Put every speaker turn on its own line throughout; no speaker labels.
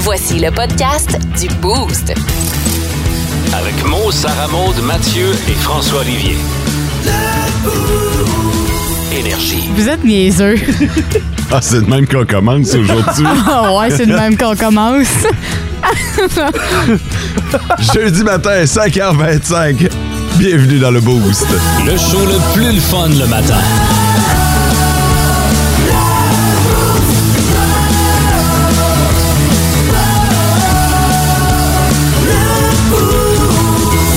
Voici le podcast du Boost.
Avec Mo, Sarah Maud, Mathieu et François Olivier. Énergie.
Vous êtes niaiseux.
Ah, c'est le même qu'on commence aujourd'hui.
Ah ouais, c'est le même qu'on commence.
Jeudi matin, 5h25. Bienvenue dans le Boost.
Le show le plus le fun le matin.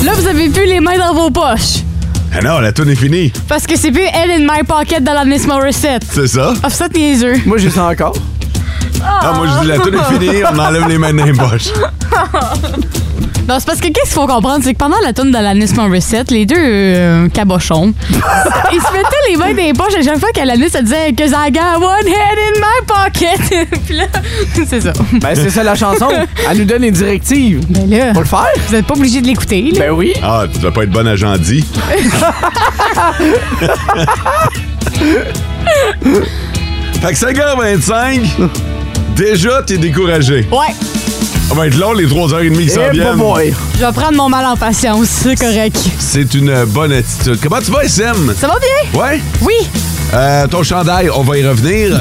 Là, vous avez plus les mains dans vos poches.
Ah non, la tournée est finie.
Parce que c'est plus Elle in My Pocket de la Miss Morissette.
C'est ça?
Offset niaiseux.
Moi, j'ai ça encore.
Ah, moi, je dis la tournée est finie, on enlève les mains dans les poches.
Non, c'est parce que qu'est-ce qu'il faut comprendre, c'est que pendant la tourne de la Miss Morissette, les deux euh, cabochons, ils se mettaient les mains dans les poches à chaque fois qu'elle annonce, elle disait que I got one head in my pocket. Puis là, c'est ça.
Ben, c'est ça la chanson. Elle nous donne les directives.
Mais Ben là,
Faut le faire?
vous n'êtes pas obligé de l'écouter. là.
Ben oui.
Ah, tu vas pas être bon agent dit. fait que 5h25, déjà, t'es découragé.
Ouais,
On va être long les 3h30 qui s'en
Eh,
viennent.
boy.
je vais prendre mon mal en patience, c'est correct.
C'est une bonne attitude. Comment tu vas, SM?
Ça va bien?
Ouais?
Oui.
Euh, ton chandail, on va y revenir.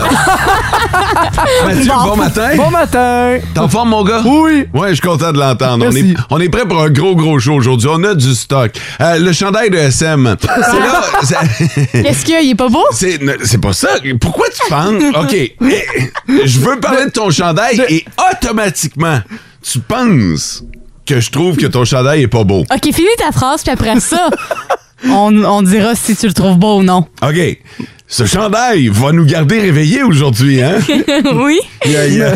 Mathieu, bon, matin.
Bon matin.
T'es en forme, mon gars?
Oui.
Ouais, je suis content de l'entendre. On
Merci.
est, on est prêt pour un gros, gros show aujourd'hui. On a du stock. Euh, le chandail de SM. C'est là. c'est-
Qu'est-ce qu'il y a? Il est pas beau?
C'est ne- c'est pas ça. Pourquoi tu penses? OK. Eh, Je veux parler de ton chandail et automatiquement, tu penses que je trouve que ton chandail est pas beau.
OK, finis ta phrase, puis après ça, on, on dira si tu le trouves beau ou non.
OK. Ce chandail va nous garder réveillés aujourd'hui, hein?
oui?
Il y a, il y a-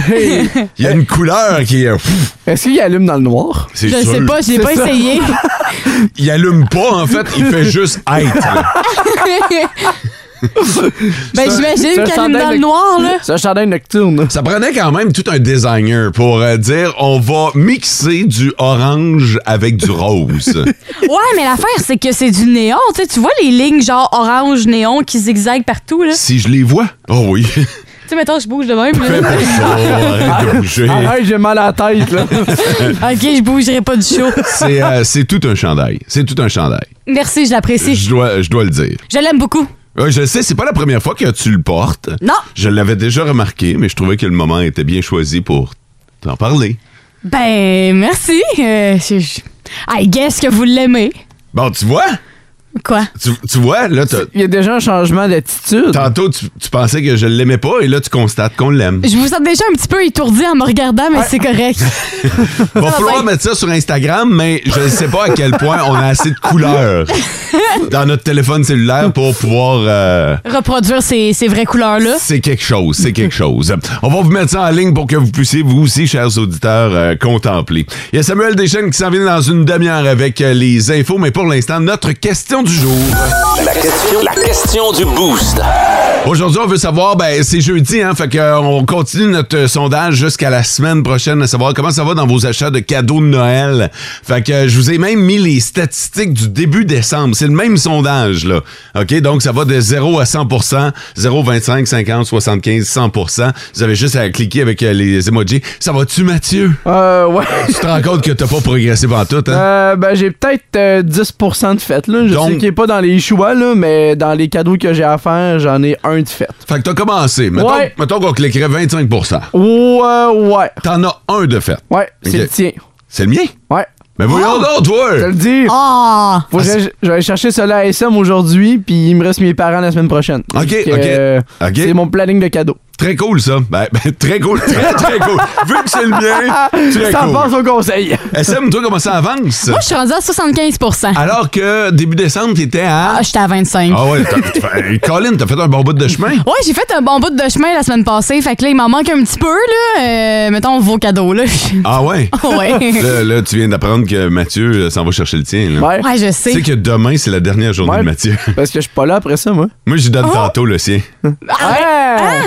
il y a une couleur qui est. pff,
Est-ce qu'il allume dans le noir?
c'est
Je
sûr.
sais pas, je l'ai
C'est
pas
ça.
essayé.
Il allume pas, en fait. Il fait juste être.
ben, j'imagine
un
qu'elle allume
chandail
dans le
de-
noir, là.
C'est un chandail nocturne.
Ça prenait quand même tout un designer pour euh, dire on va mixer du orange avec du rose.
Ouais, mais l'affaire, c'est que c'est du néon. Tu sais, tu vois les lignes genre orange, néon qui zigzaguent partout, là.
si je les vois. Oh oui. euh,
Tu sais, mettons, je bouge de même.
Fais
là.
pas ça, arrête de bouger.
Arrête, j'ai mal à la tête, là. ah.
OK, je bougerai pas du show.
C'est euh, c'est tout un chandail. C'est tout un chandail.
Merci, je l'apprécie.
Je dois, je dois le dire.
Je l'aime beaucoup.
Euh, je sais, c'est pas la première fois que tu le portes.
Non.
Je l'avais déjà remarqué, mais je trouvais que le moment était bien choisi pour t'en parler.
Ben, merci. Euh, je- je- I guess que vous l'aimez.
Bon, tu vois?
Quoi?
Tu, tu vois, là, t'as-
Il y a déjà un changement d'attitude.
tantôt, tu, tu pensais que je l'aimais pas, et là, tu constates qu'on l'aime.
Je vous sens déjà un petit peu étourdi en me regardant, mais c'est correct.
Ah,
Va
va
falloir
bien.
mettre ça sur Instagram, mais je ne sais pas à quel point on a assez de couleurs dans notre téléphone cellulaire pour pouvoir... euh,
reproduire ces, ces vraies couleurs-là.
c'est quelque chose, c'est quelque chose. On va vous mettre ça en ligne pour que vous puissiez, vous aussi, chers auditeurs, euh, contempler. Il y a Samuel Deschênes qui s'en vient dans une demi-heure avec euh, les infos, mais pour l'instant, notre question du jour.
La question, la question du boost.
Aujourd'hui, on veut savoir, ben, c'est jeudi, hein, fait que, euh, on continue notre euh, sondage jusqu'à la semaine prochaine à savoir comment ça va dans vos achats de cadeaux de Noël. Fait que euh, je vous ai même mis les statistiques du début décembre. C'est le même sondage, là. OK? Donc, ça va de 0 à 100 0, 25, 50, 75, 100 Vous avez juste à cliquer avec euh, les emojis. Ça va-tu, Mathieu?
Euh, ouais.
Tu te rends compte que t'as pas progressé pendant tout, hein?
Euh, ben, j'ai peut-être euh, 10% de fête, là. Je
Donc-
sais qu'il est pas dans les choix, là, mais dans les cadeaux que j'ai à faire, j'en ai un de fête.
Fait que t'as commencé. Mettons,
Euh, Ouais.
mettons qu'on cliquerait 25
Ouais, ouais.
T'en as un de fait.
Ouais,
Ok.
c'est le tien.
C'est le mien?
Ouais.
Mais voyons donc, toi!
Je te le dis.
Ah!
Faut que j'aille- je vais aller chercher cela à SM aujourd'hui, puis il me reste mes parents la semaine prochaine.
Ok,
Fait que,
ok,
euh,
ok.
C'est mon planning de cadeaux.
Très cool, ça. Ben, ben, très cool. Très, très cool. Vu que c'est le mien, très
Ça passe
cool.
au conseil.
SM, toi, comment ça avance?
Moi, je suis rendue à 75
Alors que début décembre, t'étais à...
Ah, j'étais à 25.
Ah ouais, t'as- t'as- hey, Colin, t'as fait un bon bout de chemin.
Ouais, j'ai fait un bon bout de chemin la semaine passée. Fait que là, il m'en manque un petit peu, là. Euh, mettons vos cadeaux, là.
Ah ouais?
ouais.
Là, là, tu viens d'apprendre que Mathieu euh, s'en va chercher le tien. là.
Ouais.
Ouais, je
Tu
sais.
sais que demain, c'est la dernière journée
Ouais.
de Mathieu.
Parce que je suis pas là après ça, moi. Hein?
Moi, je lui donne tantôt le sien.
Ah!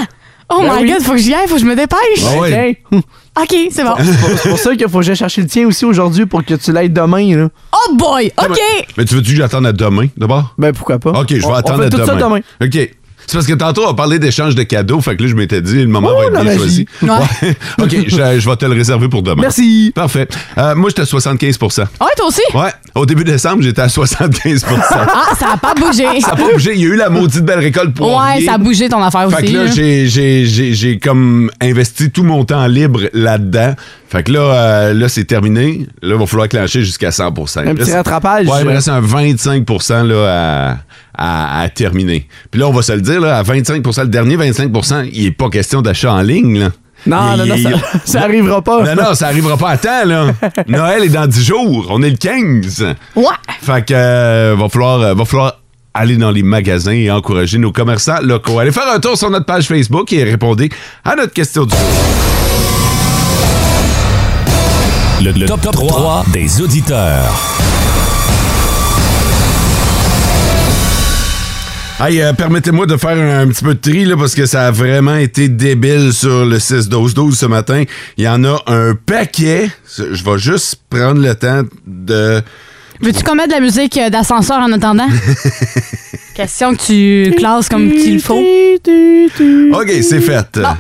Oh
Ben
my
oui.
god, faut que j'y aille, faut que je me dépêche.
Ah ouais.
Tiens.
OK, c'est bon.
C'est pour ça qu'il faut que j'aille chercher le tien aussi aujourd'hui pour que tu l'aides demain. Là.
Oh boy! OK!
Mais tu veux-tu que j'attende à demain, d'abord?
Ben pourquoi pas.
OK, je vais
On- on
attendre
fait
à
tout
demain.
ça demain.
OK. C'est parce que tantôt, on parlait d'échange de cadeaux. Fait que là, je m'étais dit, le moment
Oh,
va être
la
bien
magie.
choisi.
Ouais.
Ouais. OK, je, je vais te le réserver pour demain.
Merci.
Parfait. Euh, moi, j'étais à 75
Ah, ouais, toi aussi?
Ouais. Au début décembre, j'étais à 75 Ça
Ah, ça n'a pas bougé.
n'a pas bougé. Il y a eu la maudite belle récolte pour
ouais, ça a bougé ton
Ah,
affaire
Fait
aussi.
que là,
hein?
là.
j'ai- j'ai- j'ai j'ai comme investi tout mon temps libre là-dedans. Fait que là, euh, là c'est terminé. Là, il va falloir clencher jusqu'à 100 Il me
petit
reste-
rattrapage.
Ouais, il me reste un 25 là, à, à, à terminer. Puis là, on va se le dire, là, à 25 le dernier 25 il n'est pas question d'achat en ligne. Là.
Non,
Il-
non, non,
il-
ça, ça arrivera pas.
Non, non, ça arrivera pas à temps, là. Noël est dans 10 jours. On est le 15.
Ouais.
Fait que euh, va, falloir, euh, va falloir aller dans les magasins et encourager nos commerçants locaux. Allez faire un tour sur notre page Facebook et répondez à notre question du jour.
Le, le top, 3 des auditeurs.
Hey, euh, permettez-moi de faire un, un petit peu de tri là, parce que ça a vraiment été débile sur le 6-12-12 ce matin. Il y en a un paquet. Je vais juste prendre le temps de...
Veux-tu qu'on mette de la musique euh, d'ascenseur en attendant? Question que tu classes comme tu le faut.
OK, c'est fait.
Ah,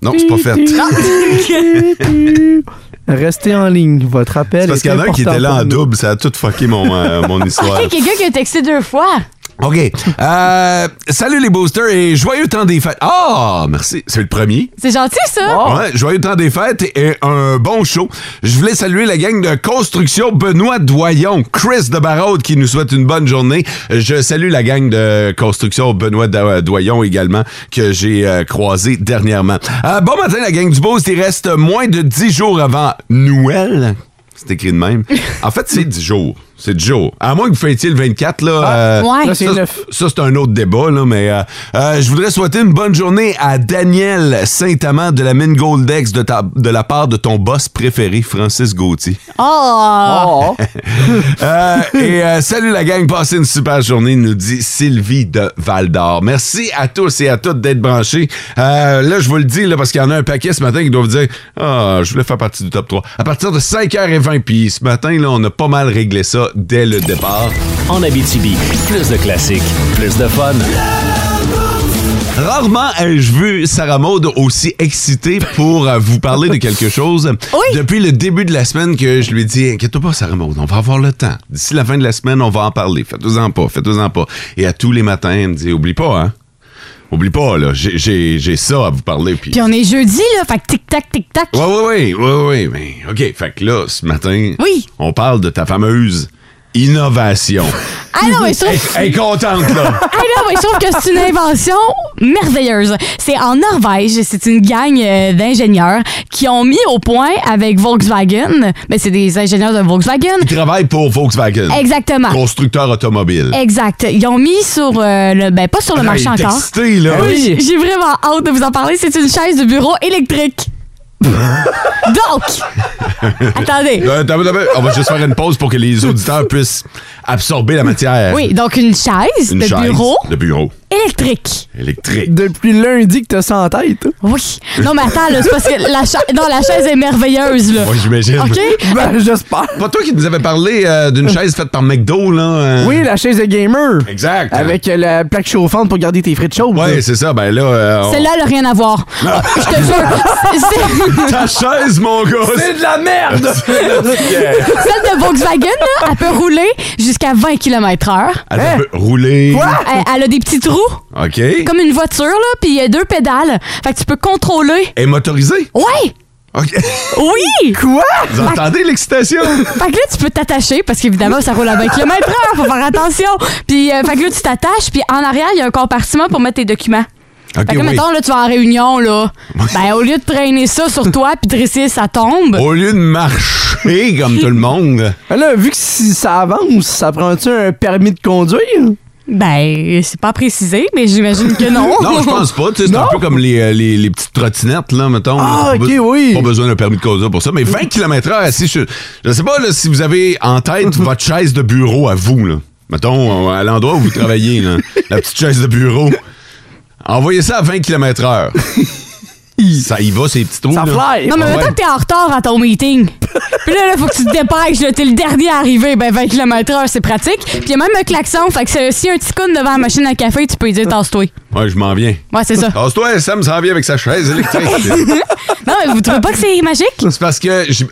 Non, c'est pas fait.
Restez en ligne. Votre appel
C'est parce
est
qu'il y en a un qui
important
était là
pour
en
nous.
double. Ça a tout fucké mon, euh, mon histoire.
Ok, quelqu'un qui a texté deux fois.
OK. Euh, salut les boosters et joyeux temps des fêtes. Ah, merci. C'est le premier.
C'est gentil, ça?
Ouais, joyeux temps des fêtes et un bon show. Je voulais saluer la gang de construction Benoît Doyon, Chris de Baraude qui nous souhaite une bonne journée. Je salue la gang de construction Benoît Da- Doyon également que j'ai euh, croisé dernièrement. Euh, bon matin la gang du Boost, il reste moins de 10 jours avant Noël. C'est écrit de même. En fait, c'est 10 jours. C'est 10 jours. À moins que vous fêtiez le 24, là. euh,
ouais.
Là, c'est
ça,
neuf.
ça, c'est un autre débat, là, mais euh, euh, je voudrais souhaiter une bonne journée à Daniel Saint-Amand de la mine Goldex de, ta- de la part de ton boss préféré, Francis Gauthier.
Oh!
Oh,
Euh, et euh, salut la gang, passez une super journée, nous dit Sylvie de Val d'Or. Merci à tous et à toutes d'être branchés. Euh, là, je vous le dis, là, parce qu'il y en a un paquet ce matin qui doivent dire Ah, je voulais faire partie du top 3. À partir de 5h20, puis ce matin, là, on a pas mal réglé ça dès le départ.
En Abitibi, plus de classiques, plus de fun.
Rarement ai-je vu Sarah Maud aussi excitée pour euh, vous parler de quelque chose.
Oui.
Depuis le début de la semaine que je lui ai dit Inquiète-toi pas, Sarah Maud, on va avoir le temps. D'ici la fin de la semaine, on va en parler. Faites-en pas, faites-en pas. Et à tous les matins, elle me dit Oublie pas, hein. Oublie pas, là, j'ai- j'ai j'ai ça à vous parler. Puis...
Puis on est jeudi, là, fait que tic-tac, tic-tac.
Ouais, ouais, ouais, ouais, ouais, mais OK. Fait que là, ce matin,
Oui.
on parle de ta fameuse innovation.
Ah non, mais
Elle-
sauf.
Elle est contente, là.
Ah non, mais je trouve que c'est une invention merveilleuse. C'est en Norvège, c'est une gang euh, d'ingénieurs qui ont mis au point avec Volkswagen, ben c'est des ingénieurs de Volkswagen,
Il travaille pour Volkswagen.
exactement.
Constructeur automobile.
Exact. Ils ont mis sur euh, le ben pas sur le
Ah,
marché
il est
encore.
excité, là.
Oui.
J'ai j'ai vraiment hâte de vous en parler. C'est une chaise de bureau électrique. Donc, attendez.
Euh, t'as- t'as- t'as- on va juste faire une pause pour que les auditeurs puissent absorber la matière.
Oui, donc une chaise
Une
de
chaise
bureau
De bureau.
électrique.
Électrique.
depuis lundi que t'as ça en tête. hein?
Oui. Non, mais attends, là, c'est parce que la, cha- non, la chaise est merveilleuse, là.
Moi, j'imagine.
OK?
Ben, j'espère.
Pas toi qui nous avais parlé euh, d'une chaise faite par McDo, là. euh,
Oui, la chaise de gamer.
Exact.
Avec euh, la plaque chauffante pour garder tes frites chaudes.
Ouais, c'est ça. Ben là. euh, on-
Celle-là, elle a rien à voir. Je te jure. C'est-
Ta chaise, mon gars.
C'est de la merde!
c'est- Celle de Volkswagen, là, elle peut rouler jusqu'à 20 km/h.
Elle
Hein?
peut rouler.
Elle, elle a des petits trous,
OK.
comme une voiture, là, puis il y a deux pédales. Fait que tu peux contrôler.
Elle est motorisée.
Ouais!
OK.
Oui! Quoi?
Vous entendez l'excitation?
Fait que là, tu peux t'attacher parce qu'évidemment, ça roule à 20 km/h. Faut faire attention. Puis, euh, fait que là, tu t'attaches. Puis, en arrière, il y a un compartiment pour mettre tes documents.
OK,
Fait que, là,
oui.
mettons, là, tu vas en réunion, là. Ben, au lieu de traîner ça sur toi puis de risquer ça tombe,
Au lieu de marcher comme tout le monde.
Mais Ben Là, vu que si ça avance, ça prend-tu un permis de conduire?
ben, c'est pas précisé, mais j'imagine que non.
Non, je pense pas. tu sais, C'est un
Non.
peu comme les, euh, les, les petites trottinettes, là, mettons.
Ah,
Pas
ok,
be-
oui.
Pas besoin d'un permis de conduire pour ça. Mais 20 km/h assis sur. Je sais pas là, si vous avez en tête votre chaise de bureau à vous, là. Mettons, euh, à l'endroit où vous travaillez, là, la petite chaise de bureau. Envoyez ça à 20 km/h. Ça y va, ces petits trous.
Ça
là.
fly!
Non, mais
Ah ouais.
mettons que t'es en retard à ton meeting. Puis là, là, faut que tu te dépêches. là, T'es le dernier à arriver. Ben, 20 km/h, c'est pratique. Puis il y a même un klaxon. Fait que c'est- s'il y a un petit con devant la machine à café, tu peux lui dire tasse-toi.
Ouais, je m'en viens.
Ouais, c'est ça.
Tasse-toi, Sam s'en vient avec sa chaise électrique.
Non, mais vous trouvez pas que c'est magique?
c'est parce que je-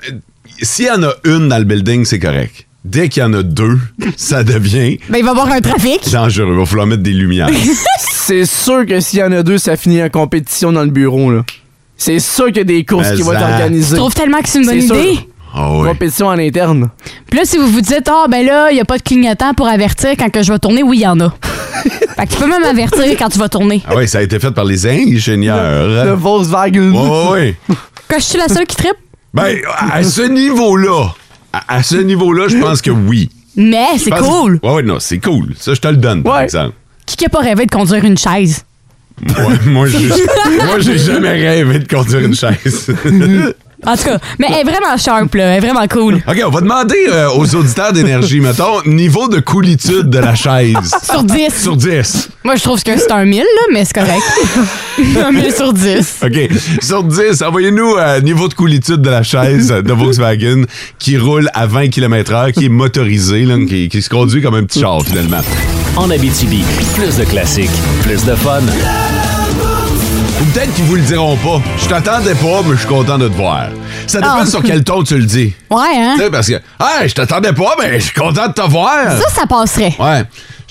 s'il y en a une dans le building, c'est correct. Dès qu'il y en a deux, ça devient
Ben, il va y avoir un trafic.
dangereux. Il va falloir mettre des lumières.
C'est sûr que s'il y en a deux, ça finit en compétition dans le bureau, là. C'est sûr qu'il y a des courses
Mais
qui vont être
ça-
Je
organisées.
trouve tellement que c'est une bonne
C'est sûr.
idée.
Ah oui.
Compétition en interne.
Puis là, si vous vous dites, ah, ben là, il n'y a pas de clignotant pour avertir quand que je vais tourner, oui, il y en a. fait que tu peux même avertir quand tu vas tourner.
Ah oui, ça a été fait par les ingénieurs.
Le Volkswagen.
Ouais, ouais, ouais.
Quand je suis la seule qui tripe,
Ben, à ce niveau-là, à, à ce niveau-là, je pense que oui.
mais c'est
Je pense-
cool.
Ouais, ouais, non, c'est cool. Ça, je te le donne, par
Ouais.
exemple.
Qui n'a pas rêvé de conduire une chaise?
Ouais, moi, j'ai, moi, j'ai jamais rêvé de conduire une chaise.
En tout cas, mais elle est vraiment sharp, là. Elle est vraiment cool.
OK, on va demander euh, aux auditeurs d'énergie, mettons, niveau de coolitude de la chaise.
Sur 10.
Sur 10.
Moi, je trouve que c'est un 1000, là, mais c'est correct. un 1000 sur 10.
OK. Sur 10, envoyez-nous euh, niveau de coolitude de la chaise de Volkswagen qui roule à 20 km/h, qui est motorisée, là, qui, qui se conduit comme un petit char, finalement.
En Abitibi, plus de classiques, plus de fun.
Ou peut-être qu'ils vous le diront pas. Je t'attendais pas, mais je suis content de te voir. Ça dépend
Ah.
sur quel ton tu le dis.
Ouais, hein?
Tu sais, parce que, hey, je t'attendais pas, mais je suis content de te voir.
Ça, ça passerait.
Ouais.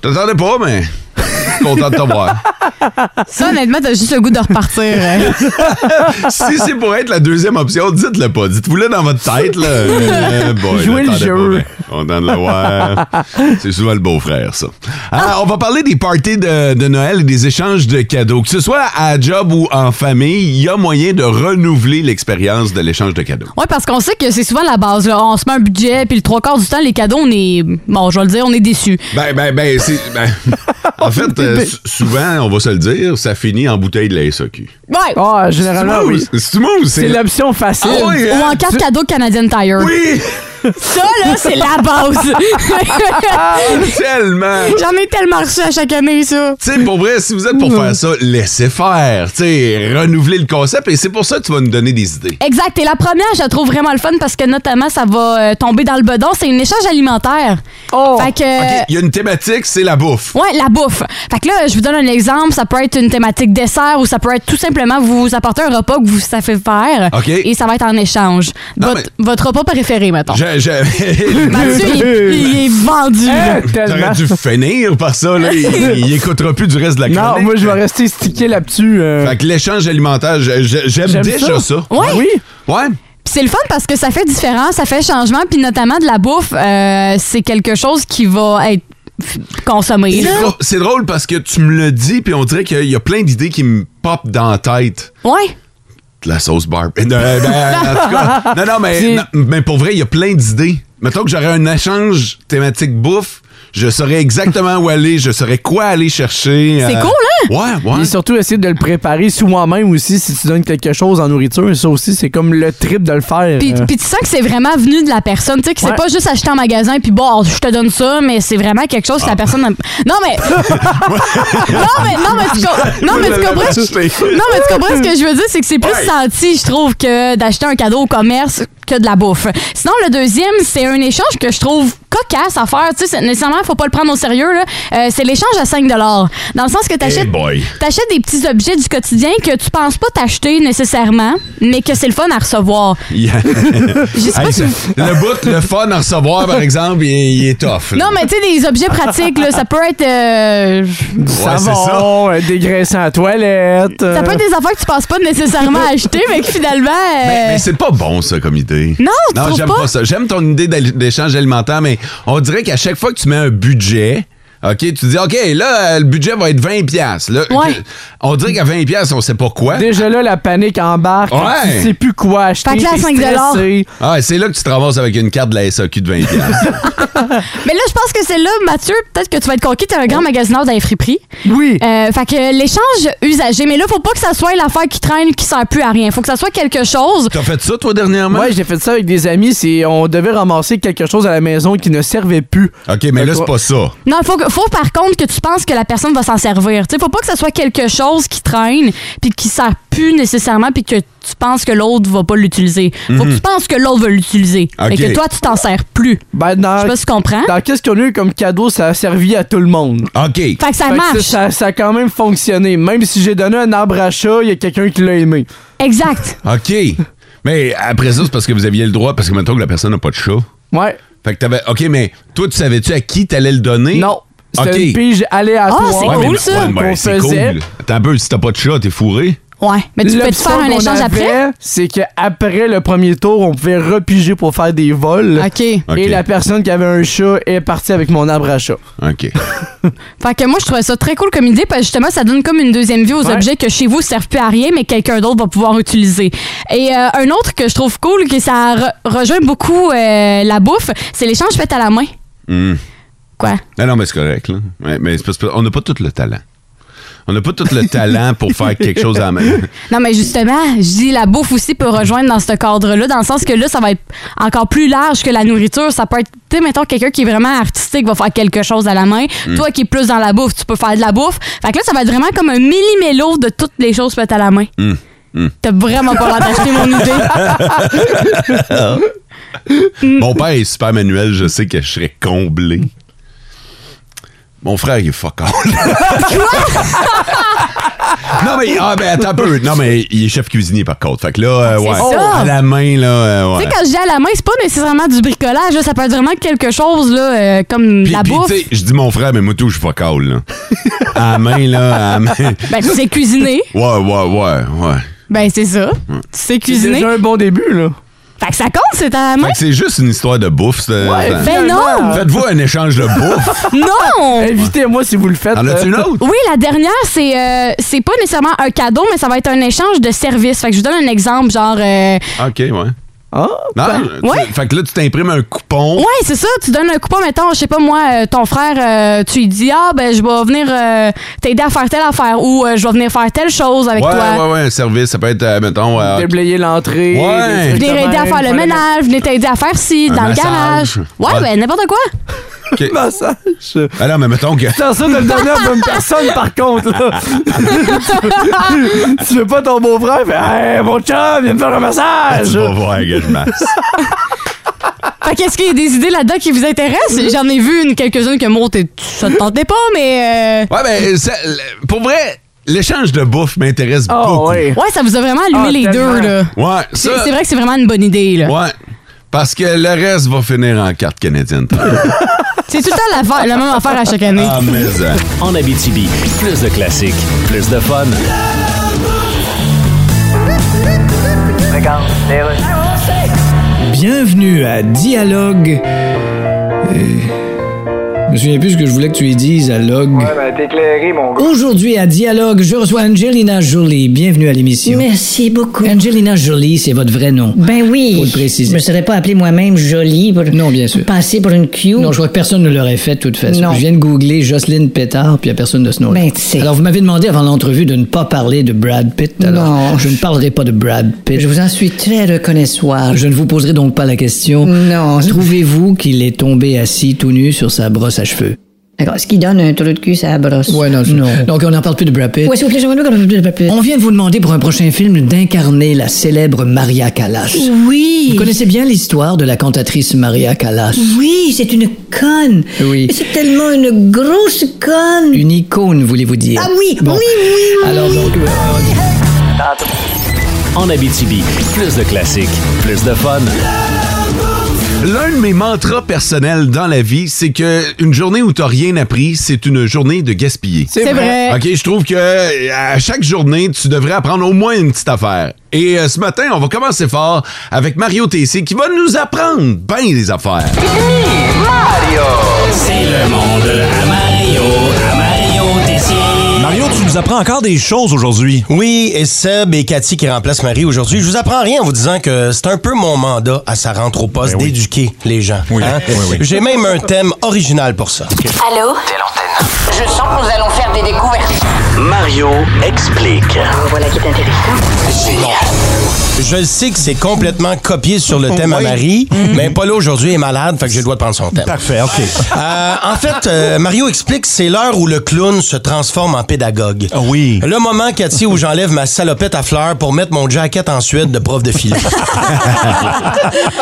Je t'attendais pas, mais je suis content de te voir.
Ça, honnêtement, t'as juste le goût de repartir. hein.
si c'est pour être la deuxième option, dites-le pas. Dites-vous-le dans votre tête. Là. Euh, boy,
Jouez le
l'attendez
jeu.
pas, mais Content de le voir. C'est souvent le beau-frère, ça. Ah, on va parler des parties de, de Noël et des échanges de cadeaux. Que ce soit à job ou en famille, il y a moyen de renouveler l'expérience de l'échange de cadeaux.
Ouais, parce qu'on sait que c'est souvent la base, là. On se met un budget, puis le trois quarts du temps, les cadeaux, on est. Bon, je vais le dire, on est déçus.
Ben, ben, ben, c'est. ben, en fait, euh,
Ben.
s- souvent, on va se le dire, ça finit en bouteille de la SAQ.
Ouais!
Ah, généralement, oui.
C'est smooth,
C'est
c'est.
l'option facile.
Ah oui,
Ou
hein?
en carte cadeau Canadian Tire.
Oui!
Ça, là, c'est la base.
Ah, Tellement!
J'en ai tellement reçu à chaque année, ça.
Tu sais, pour vrai, si vous êtes
Mm.
pour faire ça, laissez faire. Tu sais, renouveler le concept et c'est pour ça que tu vas nous donner des idées.
Exact. Et la première, je la trouve vraiment le fun parce que notamment, ça va euh, tomber dans le bedon. C'est une échange alimentaire.
Oh.
Fait que.
OK, il y a une thématique, c'est la bouffe.
Ouais, la bouffe. Fait que là, je vous donne un exemple. Ça peut être une thématique dessert ou ça peut être tout simplement vous apporter un repas que vous savez faire.
OK.
Et ça va être en échange.
Non,
votre, votre repas préféré, mettons.
Je, je...
Mathieu, il, est- il est vendu. là.
Hein, tellement.
T'aurais dû finir par ça, là. Il, il écoutera plus du reste de la chronique.
Non, moi, je vais rester stické là-dessus. euh.
Fait que l'échange alimentaire, je- je- j'aime
J'aime
déjà ça.
ça.
Ouais.
Oui.
Ouais.
Puis c'est le fun parce que ça fait différent, ça fait changement, puis notamment de la bouffe, euh, c'est quelque chose qui va être f- consommé.
C'est
là.
drôle- C'est drôle parce que tu me le dis, puis on dirait qu'il y a plein d'idées qui me popent dans la tête.
Ouais.
De la sauce barbe. Euh, ben, en tout cas, non, non, mais,
C'est-
non, mais pour vrai, il y a plein d'idées. Mettons que j'aurais un échange thématique bouffe, je saurais exactement où aller, je saurais quoi aller chercher.
C'est cool,
hein? Ouais, ouais.
Et surtout, essayer de le préparer sous moi-même aussi, si tu donnes quelque chose en nourriture. Ça aussi, c'est comme le trip de le faire.
Puis,
euh.
puis tu sens que c'est vraiment venu de la personne, tu sais, que c'est
Ouais.
pas juste acheter en magasin puis bon, je te donne ça, mais c'est vraiment quelque chose que la personne. aime. Non mais, non mais, non mais tu, co- non, mais tu comprends. Non mais tu comprends ce que je veux dire, c'est que c'est plus
Ouais.
senti, je trouve, que d'acheter un cadeau au commerce que de la bouffe. Sinon le deuxième, c'est un échange que je trouve cocasse à faire. Tu sais, c'est- nécessairement, faut pas le prendre au sérieux là. Euh, c'est l'échange à 5 dollars, dans le sens que
Hey
t'achètes
boy.
T'achètes des petits objets du quotidien que tu penses pas t'acheter nécessairement, mais que c'est le fun à recevoir.
Yeah.
Je sais pas
Hey,
si
ça-
vous-
le bout, le fun à recevoir, par exemple, il, est- il est tough. là.
Non, mais tu sais, des objets pratiques, là, ça peut être. euh,
Du
Ouais, c'est
savon, euh, des graissants à toilette.
ça
euh.
peut être des affaires que tu penses pas nécessairement à acheter, mais que finalement. euh,
Mais, mais c'est pas bon, ça, comme idée.
Non, tu trouves
j'aime
pas?
pas ça. J'aime ton idée d'al- d'échange alimentaire, mais on dirait qu'à chaque fois que tu mets un budget, OK, tu dis, OK, là, euh, le budget va être 20 pièces.
Ouais.
On dirait qu'à 20 pièces, on sait pas quoi.
Déjà là, la panique embarque.
Ouais.
Tu sais plus quoi acheter.
Fait que là, à
t'es
5 dollars.
stressé.
Ah, et c'est là que tu te ramasses avec une carte de la SAQ de 20 pièces.
mais là, je pense que c'est là, Mathieu, peut-être que tu vas être conquis, t'es un grand magasineur dans les friperies.
Oui.
Euh, fait que l'échange usagé, mais là, faut pas que ça soit l'affaire qui traîne, qui sert plus à rien. Faut que ça soit quelque chose.
T'as fait ça, toi, dernièrement?
Ouais, j'ai fait ça avec des amis. C'est on devait ramasser quelque chose à la maison qui ne servait plus.
OK, mais
Fait
là,
que-
c'est pas ça.
Non, faut, que- faut par contre que tu penses que la personne va s'en servir. Tu sais, faut pas que ça soit quelque chose qui traîne puis qui sert plus nécessairement puis que tu penses que l'autre va pas l'utiliser. Faut
Mhm.
que tu penses que l'autre va l'utiliser.
Ok.
mais que toi, tu t'en sers plus.
Ben,
Je
dans,
sais pas si tu comprends.
dans qu'est-ce qu'on a eu comme cadeau, ça a servi à tout le monde.
OK.
Fait que ça
Fait que
marche.
ça, ça- ça a quand même fonctionné. Même si j'ai donné un arbre à chat, il y a quelqu'un qui l'a aimé.
Exact.
OK. Mais après ça, c'est parce que vous aviez le droit, parce que maintenant que la personne n'a pas de chat.
Ouais.
Fait que t'avais. OK, mais toi, tu savais-tu à qui t'allais le donner?
Non. C'était
OK.
une pige aléatoire.
Ah, c'est
Ouais, mais-
cool, ça.
ouais, mais
Qu'on
c'est
faisait.
cool. Attends un peu, si t'as pas de chat, t'es fourré.
Ouais. Mais tu peux te
L'option
faire un
qu'on
échange après?
avait, C'est qu'après le premier tour, on pouvait repiger pour faire des vols.
OK.
OK.
Et la personne qui avait un chat est partie avec mon arbre à chat.
OK.
Fait que moi, je trouvais ça très cool comme idée, parce que justement, ça donne comme une deuxième vie aux
Ouais.
objets que chez vous servent plus à rien, mais quelqu'un d'autre va pouvoir utiliser. Et euh, un autre que je trouve cool, que ça re- rejoint beaucoup euh, la bouffe, c'est l'échange fait à la main.
Hmm.
Quoi?
Non, non, mais c'est correct. Là. Ouais, mais c'est parce que on n'a pas tout le talent. On n'a pas tout le talent pour faire quelque chose en même.
Non, mais justement, je dis la bouffe aussi peut rejoindre dans ce cadre-là, dans le sens que là, ça va être encore plus large que la nourriture. Ça peut être, tu sais, mettons, quelqu'un qui est vraiment artistique va faire quelque chose à la main.
Mm.
Toi qui es plus dans la bouffe, tu peux faire de la bouffe. Fait que là, ça va être vraiment comme un millimélo de toutes les choses faites à la main.
Hum,
T'as vraiment pas l'air d'acheter mon idée.
Mon père est super manuel, je sais que je serais comblé. Mon frère, il est fuck all. non, mais ah, ben, attends un peu. Non, mais il est chef cuisinier, par contre. Fait que là, euh, ouais.
Ah, ça.
à la main, là, euh, ouais.
Tu sais, quand je dis à la main, c'est pas nécessairement du bricolage, là. ça peut être vraiment quelque chose là, euh, comme
Puis-
la
puis,
bouffe.
tu sais, je dis mon frère, mais moi, tout, je suis fuck all, là. À la main, là, à la main.
Ben, tu sais cuisiner.
Ouais, ouais, ouais, ouais.
Ben, c'est ça. Tu sais
C'est
cuisiner.
déjà un bon début, là.
Fait que ça compte, c'est à la main.
Fait que c'est juste une histoire de bouffe. c'est-
Ouais,
Ah, Ben non!
Faites-vous un échange de bouffe.
Non!
Invitez-moi si vous le faites. euh.
En as-tu une autre?
Oui, la dernière, c'est euh, c'est pas nécessairement un cadeau, mais ça va être un échange de services. Fait que je vous donne un exemple, genre... euh,
OK, ouais. Non,
Ah,
tu-
ben, ouais.
fait que là, tu t'imprimes un coupon.
Ouais, c'est ça, tu donnes un coupon, mettons, je sais pas moi, euh, ton frère, euh, tu lui dis « Ah, ben, je vais venir euh, t'aider à faire telle affaire » ou euh, Je vais venir faire telle chose avec
ouais,
toi
ouais, ouais, un service. Ça peut être, euh, mettons, euh,
Déblayer l'entrée. des
Ouais.
trucs
Venir
de
aider à
même,
faire le ménage, venir t'aider à faire ci,
Un
dans le
massage.
garage. Ouais,
Ouais.
ben, n'importe quoi.
OK.
Massage.
Ah non, mais mettons que.
Sans ça de le donner à la bonne personne, par contre, là. tu veux pas ton beau-frère? Fait, hey, mon chum, viens me faire un massage!
Tu vas voir que je masse.
Fait qu'est-ce qu'il y a des idées là-dedans qui vous intéressent? J'en ai vu une, quelques-unes que moi, t'es- ça te tentait pas, mais... euh,
Ouais, mais ça- le- pour vrai, l'échange de bouffe m'intéresse
Ah,
beaucoup.
ouais.
euh, ouais, ça vous a vraiment allumé
Ah,
les
tellement.
deux, là.
Ouais,
C'est
ça.
c'est vrai que c'est vraiment une bonne idée, là.
Ouais. Parce que le reste va finir en carte canadienne.
C'est tout le temps l'affaire- la même affaire à chaque année.
ah, mais. euh,
hein. En Abitibi, plus de classiques, plus de fun.
Bienvenue à Dialogue. Euh, je me souviens plus ce que je voulais que tu lui dises à Log. Aujourd'hui à Dialogue, je reçois Angelina Jolie. Bienvenue à l'émission.
Merci beaucoup.
Angelina Jolie, c'est votre vrai nom.
Ben oui.
Faut le préciser.
Je me serais pas appelé moi-même jolie pour
Non, bien sûr.
passer pour une Q.
Non, je crois que personne ne l'aurait fait de toute façon.
Non.
Je viens de googler Jocelyne Pétard, puis il n'y a personne de ce nom-là.
Ben, tu sais.
Alors, vous m'avez demandé avant l'entrevue de ne pas parler de Brad Pitt. Alors,
Non.
Je ne parlerai pas de Brad Pitt.
Je vous en suis très reconnaissant.
Je ne vous poserai donc pas la question.
Non.
Trouvez-vous qu'il est tombé assis tout nu sur sa brosse à cheveux?
D'accord. Ce qui donne un trou de cul, ça brosse.
Ouais, non, je- Donc, on n'en parle plus de Brad Pitt.
Ouais, s'il vous plaît, j'aimerais bien qu'on en parle plus.
On vient de vous demander pour un prochain film d'incarner la célèbre Maria Callas.
Oui.
Vous connaissez bien l'histoire de la cantatrice Maria Callas.
Oui, c'est une conne.
Oui.
Mais C'est tellement une grosse conne.
Une icône, voulez-vous dire.
Ah oui, oui, oui, oui.
Alors, donc, euh,
En Abitibi, plus de classiques, plus de fun.
L'un de mes mantras personnels dans la vie, c'est que une journée où t'as rien appris, c'est une journée de gaspiller.
C'est vrai.
OK, je trouve que euh, à chaque journée, tu devrais apprendre au moins une petite affaire. Et euh, ce matin, on va commencer fort avec Mario Tessier qui va nous apprendre bien les affaires.
C'est le monde à Mario, à Mario Tessier.
Mario, tu nous apprends encore des choses aujourd'hui.
Oui, et Seb et Cathy qui remplacent Marie aujourd'hui. Je vous apprends rien en vous disant que c'est un peu mon mandat à sa rentre au poste d'éduquer les gens.
Ben Oui,
hein.
oui, oui.
J'ai même un thème original pour ça.
Allô? Je sens que nous allons faire des découvertes.
Mario explique.
Voilà qui est intéressant.
Génial. Je le sais que c'est complètement copié sur le thème à
Oui.
Marie, mais Polo aujourd'hui est malade, fait que j'ai le droit de prendre son thème.
Parfait, OK.
Euh, en fait, euh, Mario explique c'est l'heure où le clown se transforme en pédagogue.
Ah oui.
Le moment, Cathy, où j'enlève ma salopette à fleurs pour mettre mon jacket en Suède de prof de philo.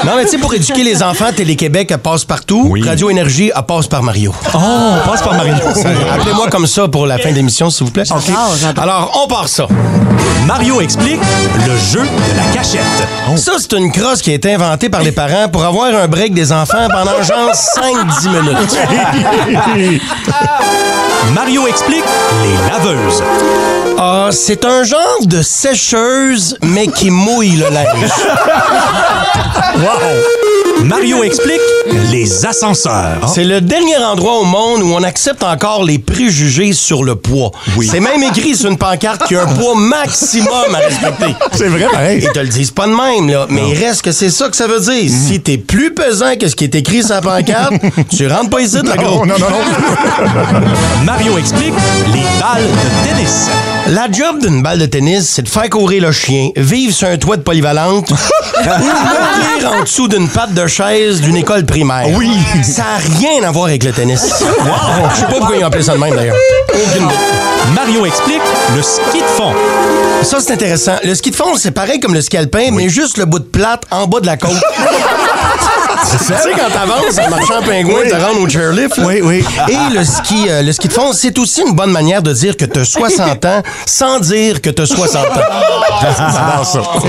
non, mais tu sais, pour éduquer les enfants, Télé-Québec, elle passe partout.
Oui.
Radio Énergie, elle passe par Mario.
Oh, on passe par Mario.
Appelez-moi comme ça pour la fin de l'émission, s'il vous plaît.
J'adore, j'adore.
Alors, on part ça.
Mario explique le jeu de la cachette.
Ça, c'est une crosse qui a été inventée par les parents pour avoir un break des enfants pendant genre 5-10 minutes.
Mario explique les laveuses.
Ah, c'est un genre de sécheuse, mais qui mouille le linge.
Mario explique les ascenseurs.
C'est le dernier endroit au monde où on accepte encore les préjugés sur le poids. C'est même écrit sur une pancarte qu'il y a un poids maximum à respecter.
C'est vrai, pareil. Mm.
Ils te le disent pas de même, là. Mais il reste que c'est ça que ça veut dire. Si t'es plus pesant que ce qui est écrit sur la pancarte, tu rentres pas ici, la
Oh,
gros.
Mario explique les balles de tennis.
La job d'une balle de tennis, c'est de faire courir le chien, vivre sur un toit de polyvalente ou mourir en dessous d'une patte de chaise d'une école primaire.
Oui.
Ça n'a rien à voir avec le tennis. Je sais pas pourquoi ils ont appelé ça de même, d'ailleurs. Aucune idée.
Mario explique le ski de fond.
Ça, c'est intéressant. Le ski de fond, c'est pareil comme le ski alpin, mais juste le bout de plate en bas de la côte. Tu sais, quand t'avances en marchant pingouin, tu te rends au chairlift. là.
Oui, Ah. oui.
Et le ski, euh, le ski de fond, c'est aussi une bonne manière de dire que t'as 60 ans sans dire que t'as 60 ans. J'adore ça.
Ah.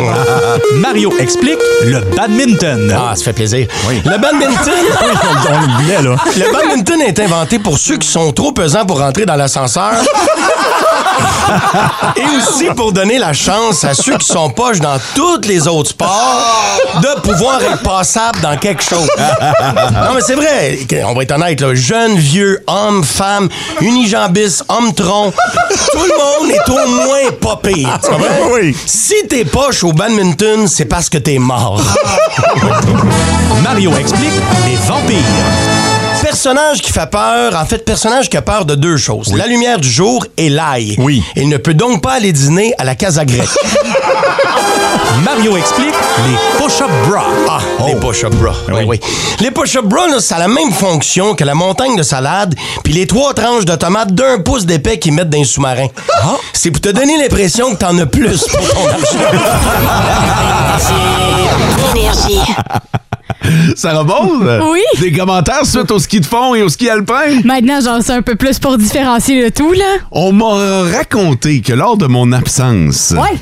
Mario explique le badminton.
Ah, ça fait plaisir.
Oui.
Le badminton...
on, on l'oubliait, là.
Le badminton est inventé pour ceux qui sont trop pesants pour rentrer dans l'ascenseur. Et aussi pour donner la chance à ceux qui sont poches dans tous les autres sports de pouvoir être passables dans quelque chose. Non, mais c'est vrai. On va être honnête, là. Jeune, vieux, homme, femme, unijambiste, homme tronc. Tout le monde est au moins pas pire. tu comprends?
Oui.
Si t'es poche au badminton, c'est parce que t'es mort.
Mario explique les vampires.
Personnage qui fait peur, en fait, personnage qui a peur de deux choses. La lumière du jour et l'ail.
Oui.
Il ne peut donc pas aller dîner à la Casa Grecque.
Mario explique les push-up bras. Oh.
Ah, les push-up bras. Oui, oui. Les push-up bras, là, ça a la même fonction que la montagne de salade puis les trois tranches de tomates d'un pouce d'épais qu'ils mettent dans les sous-marins.
Ah.
C'est pour te donner l'impression que t'en as plus pour ton argent.
Énergie.
Ça rebond?
Oui.
Des commentaires suite au ski de fond et au ski alpin?
Maintenant, j'en sais un peu plus pour différencier le tout, là.
On m'a raconté que lors de mon absence,
Ouais.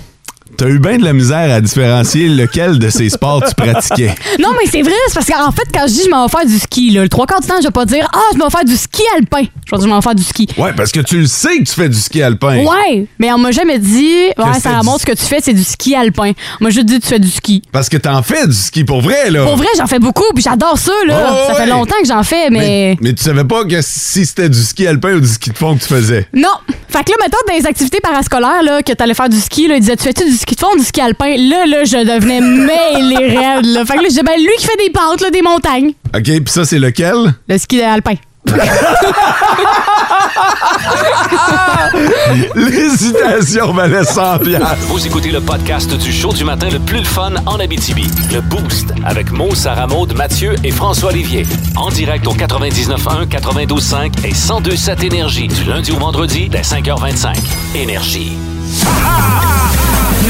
t'as eu bien de la misère à différencier lequel de ces sports tu pratiquais.
Non, mais c'est vrai, c'est parce qu'en fait, quand je dis je m'en vais faire du ski, là, le trois quarts du temps, je vais pas dire Ah, je m'en vais faire du ski alpin. Je vais dire je m'en vais faire du ski.
Ouais, parce que tu le sais que tu fais du ski alpin.
Ouais, mais on m'a jamais dit Ouais,
c'est
ça montre
du-
ce que tu fais, c'est du ski alpin. On m'a juste dit tu fais du ski.
Parce que t'en fais du ski pour vrai, là.
Pour vrai, j'en fais beaucoup, puis j'adore ça, là.
Oh,
ça fait
ouais.
longtemps que j'en fais, mais.
Mais tu savais pas que si c'était du ski alpin ou du ski de fond que tu faisais.
Non! Fait que là, mettons, dans les activités parascolaires, là, que t'allais faire du ski, là, ils disaient, tu fais-tu du ski de fond ou du ski alpin? Là, là, je devenais mêlée raide, là. Fait que là, je disais, ben, lui qui fait des pentes, là, des montagnes.
OK, puis ça, c'est lequel?
Le ski alpin. Ah!
L'hésitation valait 100 piastres.
Vous écoutez le podcast du show du matin le plus le fun en Abitibi. Le Boost avec Mo, Sarah Maud, Mathieu et François Olivier. En direct au 99.1, 92.5 et 102.7 Énergie du lundi au vendredi dès 5h25. Énergie.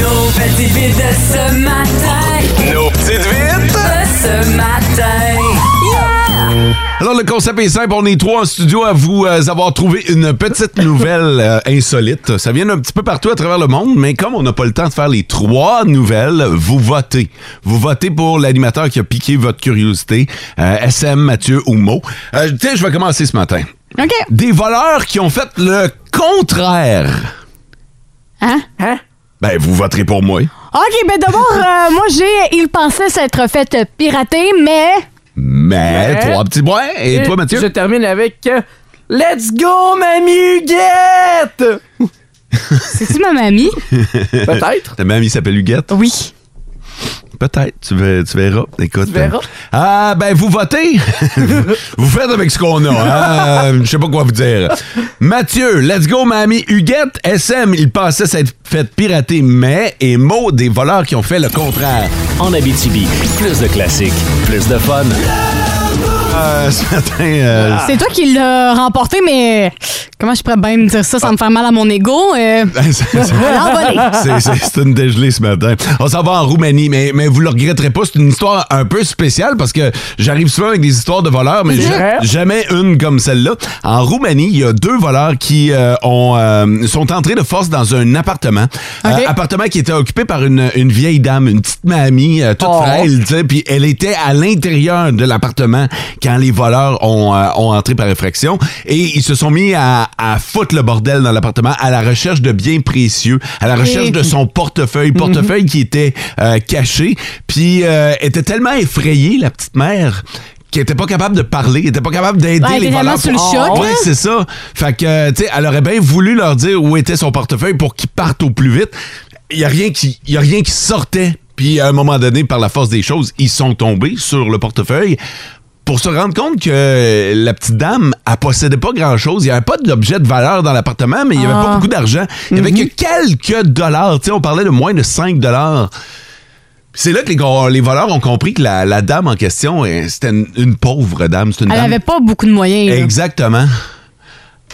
Nos petites vites de ce matin. Nos petites vites de ce matin. Yeah!
Alors, le concept est simple. On est trois en studio à vous euh, avoir trouvé une petite nouvelle euh, insolite. Ça vient un petit peu partout à travers le monde, mais comme on n'a pas le temps de faire les trois nouvelles, vous votez. Vous votez pour l'animateur qui a piqué votre curiosité, euh, SM, Mathieu ou Mo. Euh, Tiens, je vais commencer ce matin.
OK.
Des voleurs qui ont fait le contraire.
Hein?
Ben, vous voterez pour moi.
OK, ben d'abord, euh, moi, j'ai. Il pensait s'être fait euh, pirater, mais.
Mais,
Ouais.
trois petits points. Et toi, Mathieu?
Je termine avec euh, Let's go, mamie Huguette!
C'est-tu ma mamie?
Peut-être.
Ta mamie s'appelle Huguette.
Oui.
Peut-être, tu, ver- tu verras. Écoute.
Tu verras.
euh, Ah, ben, vous votez. vous faites avec ce qu'on a. hein. Euh, Je sais pas quoi vous dire. Mathieu, let's go, mamie. Huguette, SM, il pensait s'être fait pirater, mais, et Mo, des voleurs qui ont fait le contraire.
En Abitibi, plus de classiques, plus de fun.
Euh, ce matin, euh,
Ah.
C'est toi qui l'as remporté, mais comment je pourrais bien me dire ça sans me
Ah.
faire mal à mon ego? Euh...
C'est- c'est- C'est une dégelée ce matin. On s'en va en Roumanie, mais, mais vous le regretterez pas. C'est une histoire un peu spéciale parce que j'arrive souvent avec des histoires de voleurs, mais ja- jamais une comme celle-là. En Roumanie, il y a deux voleurs qui euh, ont, euh, sont entrés de force dans un appartement. Euh, appartement qui était occupé par une, une vieille dame, une petite mamie, euh, toute frêle, tu sais, puis elle était à l'intérieur de l'appartement quand les voleurs ont, euh, ont entré par effraction et ils se sont mis à, à foutre le bordel dans l'appartement à la recherche de biens précieux, à la
Ok.
recherche de son
Mhm.
portefeuille, portefeuille qui était euh, caché, puis euh, était tellement effrayée la petite mère qu'elle était pas capable de parler, elle était pas capable d'aider
Ouais, elle
les
était
voleurs.
tellement sous le
Oh,
choc,
ouais,
là.
c'est ça. Fait que euh, tu sais, elle aurait bien voulu leur dire où était son portefeuille pour qu'ils partent au plus vite. Il y a rien qui il y a rien qui sortait. Puis à un moment donné par la force des choses, ils sont tombés sur le portefeuille pour se rendre compte que la petite dame, elle possédait pas grand-chose. Il n'y avait pas d'objet de valeur dans l'appartement, mais il n'y avait pas
Ah.
beaucoup d'argent. Il n'y avait
Mhm.
que quelques dollars. Tu sais, on parlait de moins de 5 dollars. C'est là que les, go- les voleurs ont compris que la, la dame en question, eh, c'était une, une pauvre dame. C'est une
Elle
dame-
avait pas beaucoup de moyens. là.
Exactement.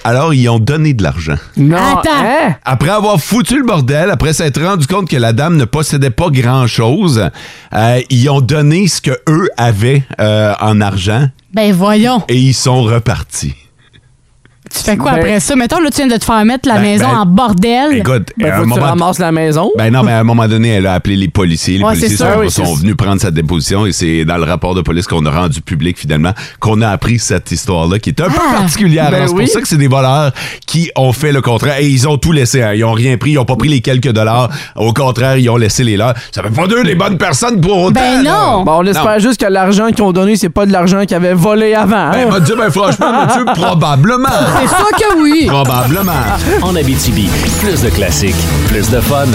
Alors, ils ont donné de l'argent.
Attends.
Après avoir foutu le bordel, après s'être rendu compte que la dame ne possédait pas grand-chose, euh, ils ont donné ce que eux avaient euh, en argent
Ben voyons.
et ils sont repartis.
Tu fais quoi
Ben-
après ça? Mettons, là, tu viens de te faire mettre la
Ben-
maison
ben-
en bordel.
Écoute,
Ben,
à
faut que tu
ramasses la maison.
Ben non, mais à un moment donné, elle a appelé les policiers. Les
Ouais,
policiers
c'est
sont,
ça, oui,
sont
c'est-
venus prendre sa déposition et c'est dans le rapport de police qu'on a rendu public finalement qu'on a appris cette histoire-là qui est un peu
Ah!
particulière.
Ben
Alors, c'est
oui.
pour ça que c'est des voleurs qui ont fait le contraire et ils ont tout laissé. hein. Ils ont rien pris, ils ont pas pris les quelques dollars. Au contraire, ils ont laissé les leurs. Ça fait pas d'eux des bonnes personnes pour autant.
Ben
là.
Bon, on espère juste que l'argent qu'ils ont donné, c'est pas de l'argent qu'ils avaient volé avant.
Ben,
hein.
il m'a dit, ben franchement, Mathieu, probablement.
C'est sûr que oui.
Probablement.
En Abitibi, plus de classiques, plus de fun.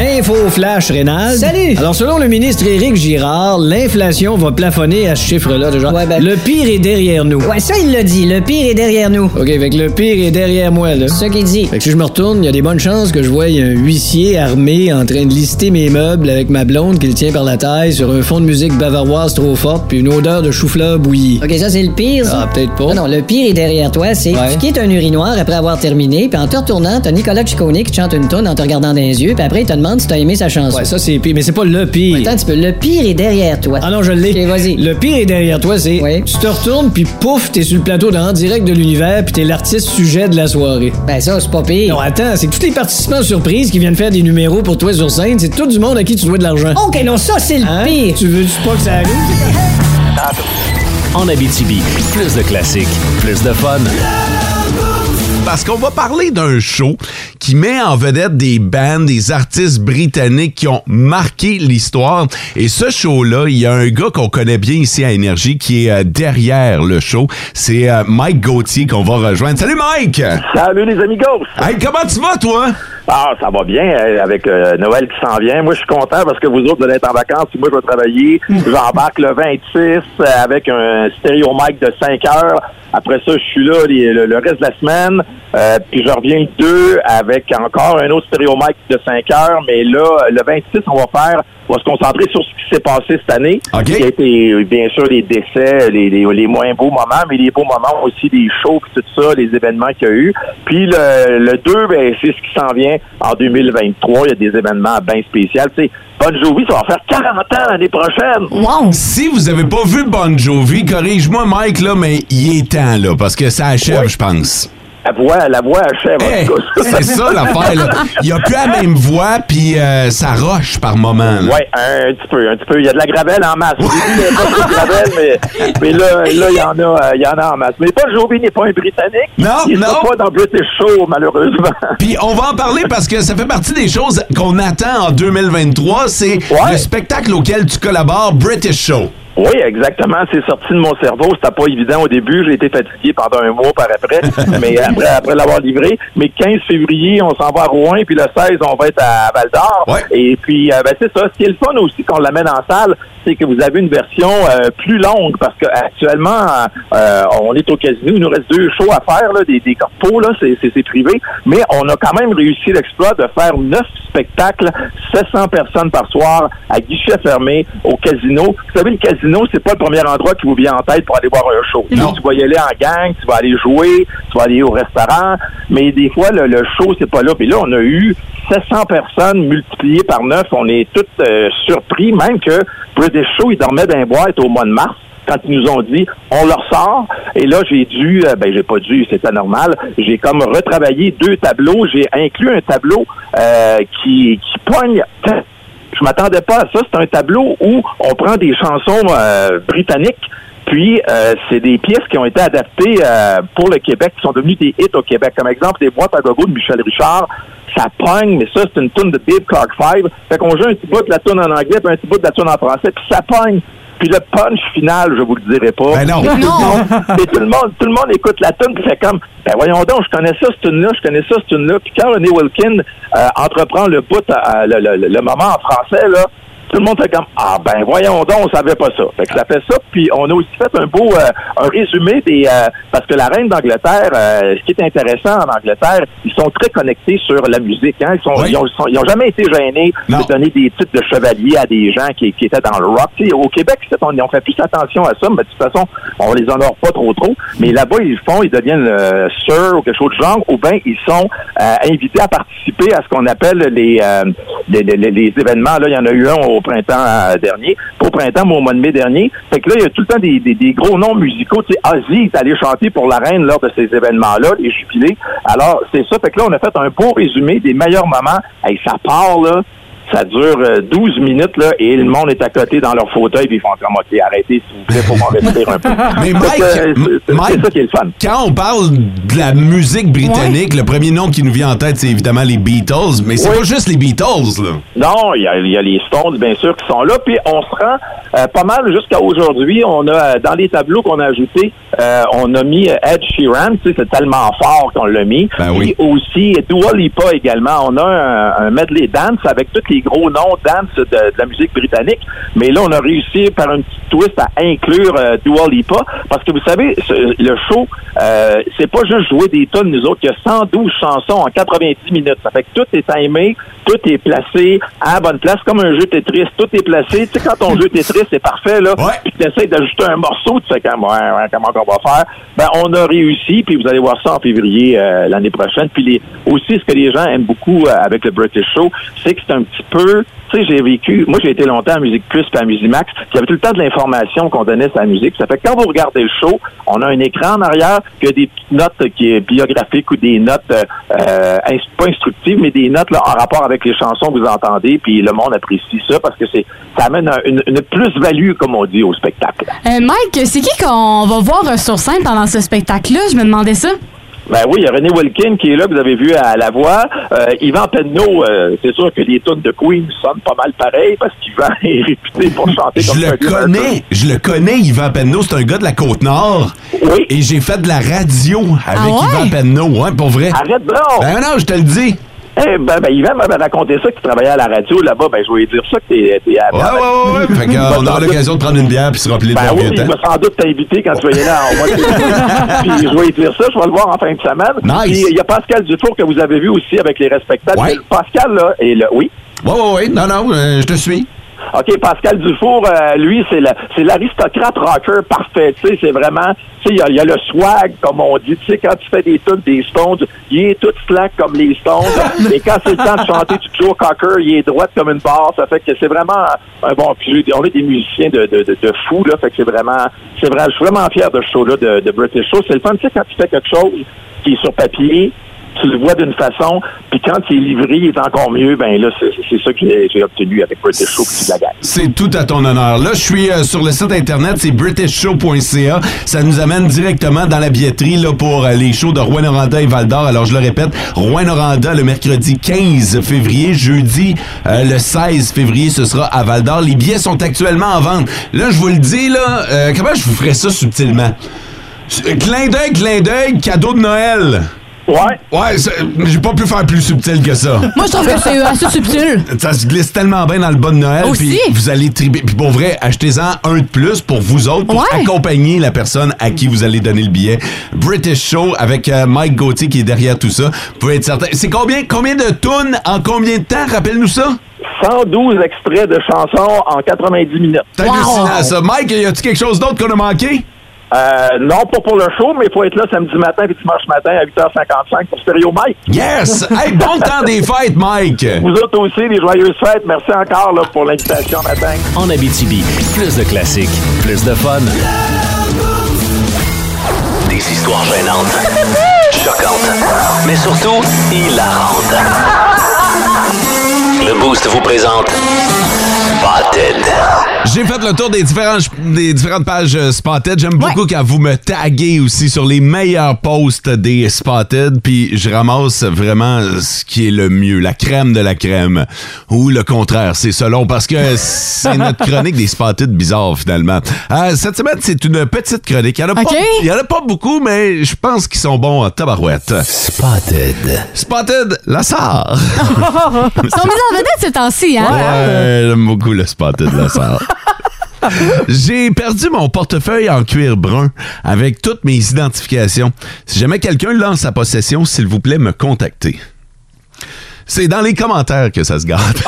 Info flash rénal. Salut! Alors, selon le ministre Éric Girard, l'inflation va plafonner à ce chiffre-là. de genre, le pire est derrière nous. ben. Ouais, ça, il l'a dit. Le pire est derrière nous. OK, fait que le pire est derrière moi, là. C'est ça qu'il dit. Fait que si je me retourne, il y a des bonnes chances que je voie un huissier armé en train de lister mes meubles avec ma blonde qu'il tient par la taille sur un fond de musique bavaroise trop forte puis une odeur de chou-fleur bouilli.
OK, ça, c'est le pire, ça.
Ah, peut-être pas.
Non, non, le pire est derrière toi, c'est
Ouais.
tu quittes un urinoir après avoir terminé, puis en te retournant, t'as Nicolas Ciccone qui te chante une tonne en te regardant dans les yeux, puis après, il te demande si t'as aimé sa chanson.
Ouais, ça, c'est pire. Mais c'est pas le pire.
Attends un petit peu, le pire est derrière toi.
Ah non, je l'ai.
vas-y.
Le pire est derrière toi, c'est tu te retournes puis pouf, t'es sur le plateau dans En direct de l'univers puis t'es l'artiste sujet de la soirée.
Ben ça, c'est pas pire.
Non, attends, c'est que tous les participants surprises qui viennent faire des numéros pour toi sur scène, c'est tout du monde à qui tu dois de l'argent.
OK, non, ça, c'est le
Hein?
pire.
Tu veux tu pas que ça arrive?
En Abitibi, plus de classiques, plus de fun.
Parce qu'on va parler d'un show qui met en vedette des bands, des artistes britanniques qui ont marqué l'histoire. Et ce show-là, il y a un gars qu'on connaît bien ici à Énergie qui est euh, derrière le show. C'est euh, Mike Gauthier qu'on va rejoindre. Salut Mike!
Euh, Salut les amigos!
Hey, comment tu vas, toi?
Ah, ça va bien euh, avec euh, Noël qui s'en vient. Moi, je suis content parce que vous autres, vous allez être en vacances. puis Moi, je vais travailler.
Mm.
J'embarque le 26 euh, avec un stéréo mic de 5 heures. Après ça, je suis là les- le, le reste de la semaine. Euh, puis je reviens le 2 avec encore un autre stéréo mic de 5 heures. Mais là, le 26, on va faire, on va se concentrer sur ce qui s'est passé cette année. Il y a été, euh, bien sûr, les décès, les, les- les moins beaux moments, mais les beaux moments aussi, les shows, puis tout ça, les événements qu'il y a eu. Puis le, le 2, ben, c'est ce qui s'en vient en 2023. Il y a des événements bien spéciaux. Tu sais, Bon Jovi, ça va faire 40 ans l'année prochaine.
Si vous avez pas vu Bon Jovi, corrige-moi Mike, là, mais il est temps, là, parce que ça achève, je pense.
La voix, la voix achève.
Hey, c'est ça l'affaire, là. Il y a plus la même voix, puis euh, ça roche par moment, là.
Oui, un, petit peu, un petit peu. Il y a de la gravelle en masse. Au début, il y avait pas de gravelle, mais, mais là, là, il y en a, euh, il y en a en masse. Mais Bon Jovi n'est pas un Britannique.
Non,
il
non.
sera pas dans British Show, malheureusement.
Puis on va en parler parce que ça fait partie des choses qu'on attend en 2023. C'est le spectacle auquel tu collabores, British Show.
Oui, exactement. C'est sorti de mon cerveau. C'était pas évident au début. J'ai été fatigué pendant un mois par après. mais après, après l'avoir livré. Mais 15 février, on s'en va à Rouen. Puis le 16, on va être à Val d'Or. Et puis, euh, ben, c'est ça. Ce qui est le fun aussi qu'on l'amène en salle, c'est que vous avez une version euh, plus longue parce qu'actuellement, on est au casino. Il nous reste deux shows à faire, là, des, des corpos, là, c'est, c'est- c'est privé. Mais on a quand même réussi l'exploit de faire neuf spectacles, 700 personnes par soir, à guichet fermé, au casino. Vous savez, le casino, c'est pas le premier endroit qui vous vient en tête pour aller voir un show. Tu vas y aller en gang, tu vas aller jouer, tu vas aller au restaurant. Mais des fois, le, le show, c'est pas là. Puis là, on a eu 700 personnes multipliées par neuf. On est tous euh, surpris, même que British Show, ils dormaient dans les boîtes au mois de mars quand ils nous ont dit on leur sort et là j'ai dû euh, ben j'ai pas dû c'était normal j'ai comme retravaillé deux tableaux j'ai inclus un tableau euh, qui qui poigne je m'attendais pas à ça c'est un tableau où on prend des chansons euh, britanniques puis, euh, c'est des pièces qui ont été adaptées euh, pour le Québec, qui sont devenues des hits au Québec. Comme exemple, des boîtes à gogo de Michel Richard. Ça pogne, mais ça, c'est une toune de Big Cock 5. Fait qu'on joue un petit bout de la toune en anglais, puis un petit bout de la toune en français, puis ça pogne. Puis le punch final, je vous le dirai pas.
Ben non.
Mais tout le
Non.
monde- mais tout le monde, tout le monde écoute la tune puis fait comme, ben voyons donc, je connais ça, cette tune là, je connais ça, cette tune là. Puis quand René Wilkin euh, entreprend le bout, euh, le, le- le- le moment en français là, tout le monde fait comme, ah ben voyons donc, on savait pas ça. Fait que ça fait ça. Puis on a aussi fait un beau euh, un résumé des, euh, parce que la reine d'Angleterre, euh, ce qui est intéressant en Angleterre, ils sont très connectés sur la musique. Hein. Ils sont, ils ont, ils ont jamais été gênés de donner des titres de chevalier à des gens qui, qui étaient dans le rock. Tu sais, au Québec, c'est- on, on fait plus attention à ça, mais de toute façon, on les honore pas trop trop. Mais là-bas, ils le font, ils deviennent euh, sir ou quelque chose du genre, ou bien ils sont euh, invités à participer à ce qu'on appelle les, euh, les, les- les- les événements. Là, il y en a eu un au printemps euh, dernier, pas au printemps, mais au mois de mai dernier. Fait que là, il y a tout le temps des, des- des gros noms musicaux. Tu sais, Ozzy est allé chanter pour la reine lors de ces événements-là, les jubilés. Alors, c'est ça. Fait que là, on a fait un beau résumé des meilleurs moments. Hey, ça part, là. Ça dure euh, 12 minutes, là, et le monde est à côté dans leur fauteuil, puis ils font comme, OK, arrêtez, s'il vous plaît, pour m'en respirer un peu.
Mais
Fait
Mike,
que, euh,
M-
c'est-
Mike,
c'est ça qui est le fun.
quand on parle de la musique britannique, le premier nom qui nous vient en tête, c'est évidemment les Beatles, mais c'est
Oui.
pas juste les Beatles, là.
Non, il y, a- il y a les Stones, bien sûr, qui sont là. Puis on se rend euh, pas mal jusqu'à aujourd'hui. On a euh, dans les tableaux qu'on a ajoutés, euh, on a mis euh, Ed Sheeran. Tu sais, c'est tellement fort qu'on l'a mis.
oui.
Et aussi euh, Dua Lipa également. On a un, un medley dance avec tous les gros noms dance de, de la musique britannique. Mais là, on a réussi par un petit twist à inclure euh, Dua Lipa parce que vous savez, ce- le show, euh, c'est pas juste jouer des tonnes nous autres. Il y a 112 chansons en 90 minutes. Ça fait que tout est timé, tout est placé à la bonne place, comme un jeu Tetris. Tout est placé. Tu sais, quand ton jeu Tetris c'est parfait, là, puis tu essaies d'ajouter un morceau, tu sais comme, ouais, ouais, comment on va faire. Ben, on a réussi, puis vous allez voir ça en février euh, l'année prochaine. Puis les, aussi, ce que les gens aiment beaucoup euh, avec le British Show, c'est que c'est un petit peu... Tu sais, j'ai vécu... Moi, j'ai été longtemps à Musique Plus puis à Musimax. Il y avait tout le temps de l'information qu'on donnait sur la musique. Ça fait que quand vous regardez le show, on a un écran en arrière, puis il y a des petites notes euh, qui est biographiques ou des notes euh, euh, ins- pas instructives, mais des notes là, en rapport avec les chansons que vous entendez, puis le monde apprécie ça parce que c'est ça amène un- une, une plus-value, comme on dit, au spectacle.
Euh, Mike, c'est qui qu'on va voir euh, sur scène pendant ce spectacle-là? Je me demandais ça.
Ben oui, il y a René Wilkin qui est là, que vous avez vu à la voix. Euh, Yvan Penneau, euh, c'est sûr que les tunes de Queen sonnent pas mal pareil parce qu'Yvan est réputé pour chanter
Je
comme
le
un dieu un peu.
connais, je le connais, Yvan Penneau, c'est un gars de la Côte-Nord. Et j'ai fait de la radio avec
Ah ouais?
Yvan Penneau, hein, pour vrai.
Arrête donc!
Ben non, je te le dis.
Eh ben, ben, Yvan m'avait raconté ça, qu'il travaillait à la radio là-bas. Ben, je voulais dire ça, que t'es, t'es à
Ouais, ouais, ouais, ouais. Fait que, euh, on aura l'occasion de prendre une bière puis se rappeler de
Ben
bon
oui,
vieux
il
temps.
va sans doute t'inviter quand tu vas y aller en mois de- Puis je vais dire ça, je vais le voir en fin de semaine. Puis il y a Pascal Dufour que vous avez vu aussi avec les respectables. Pascal, là, et là, oui.
Oui, oui, oui. Non, non, je te suis.
OK, Pascal Dufour, euh, lui, c'est la- c'est l'aristocrate rocker parfait. Tu sais, c'est vraiment, tu sais, il y a- il y, a le swag, comme on dit. Tu sais, quand tu fais des tunes des Stones, il est tout slack comme les Stones. Et quand c'est le temps de chanter du Joe Cocker, il est droite comme une barre. Ça fait que c'est vraiment un bon... puis on est des musiciens de, de, de, de fous, là. Fait que c'est vraiment... c'est vrai, Je suis vraiment fier de ce show-là, de, de British Show. C'est le fun, tu sais, quand tu fais quelque chose qui est sur papier, tu le vois d'une façon, puis quand il est livré, il est encore mieux. Ben là, c'est c'est ça que j'ai j'ai obtenu avec British Show puis de la gang.
C'est tout à ton honneur. Là, je suis euh, sur le site internet, c'est britishshow.ca. Ça nous amène directement dans la billetterie là, pour euh, les shows de Rouen Noranda et Val d'Or. Alors, je le répète, Rouen Noranda le mercredi 15 février, jeudi euh, le 16 février, ce sera à Val d'Or. Les billets sont actuellement en vente. Là, je vous le dis, là, euh, comment je vous ferais ça subtilement? Euh, Clin d'œil, clin d'œil, cadeau de Noël.
Ouais.
Ouais, c'est- j'ai pas pu faire plus subtil que ça.
Moi, je trouve que c'est assez subtil.
Ça se glisse tellement bien dans le bas de Noël.
Aussi.
Euh, Puis vous allez triber. Puis pour vrai, achetez-en un de plus pour vous autres, pour
Ouais.
accompagner la personne à qui vous allez donner le billet. British Show avec euh, Mike Gauthier qui est derrière tout ça. Vous pouvez être certain. C'est combien, combien de tonnes en combien de temps? Rappelle-nous ça.
112 extraits de chansons en 90 minutes.
T'as hallucinant, ça. Mike, y a-tu quelque chose d'autre qu'on a manqué?
Euh, non, pas pour le show, mais il faut être là samedi matin et dimanche matin à 8h55 pour Stéréo Mike.
Yes! Hey, bon temps des fêtes, Mike!
Vous autres aussi, les joyeuses fêtes. Merci encore là, pour l'invitation, ma gang.
En Abitibi, plus de classiques, plus de fun. Des histoires gênantes, choquantes, mais surtout hilarantes. Le Boost vous présente Spotted.
J'ai fait le tour des, différents, des différentes pages euh, Spotted. J'aime beaucoup quand vous me taguez aussi sur les meilleurs posts des Spotted. Puis je ramasse vraiment euh, ce qui est le mieux, la crème de la crème. Ou le contraire, c'est selon. Parce que c'est notre chronique des Spotted bizarres, finalement. Euh, cette semaine, c'est une petite chronique. Il n'y en, a pas-
Ok.
il y en a pas beaucoup, mais je pense qu'ils sont bons à tabarouette. Spotted. Spotted, la sarre.
Ils sont mis en vedette ces temps-ci, hein?
Ouais, j'aime beaucoup le spotted de la salle. J'ai perdu mon portefeuille en cuir brun avec toutes mes identifications. Si jamais quelqu'un lance sa possession, s'il vous plaît, me contactez. C'est dans les commentaires que ça se gâte.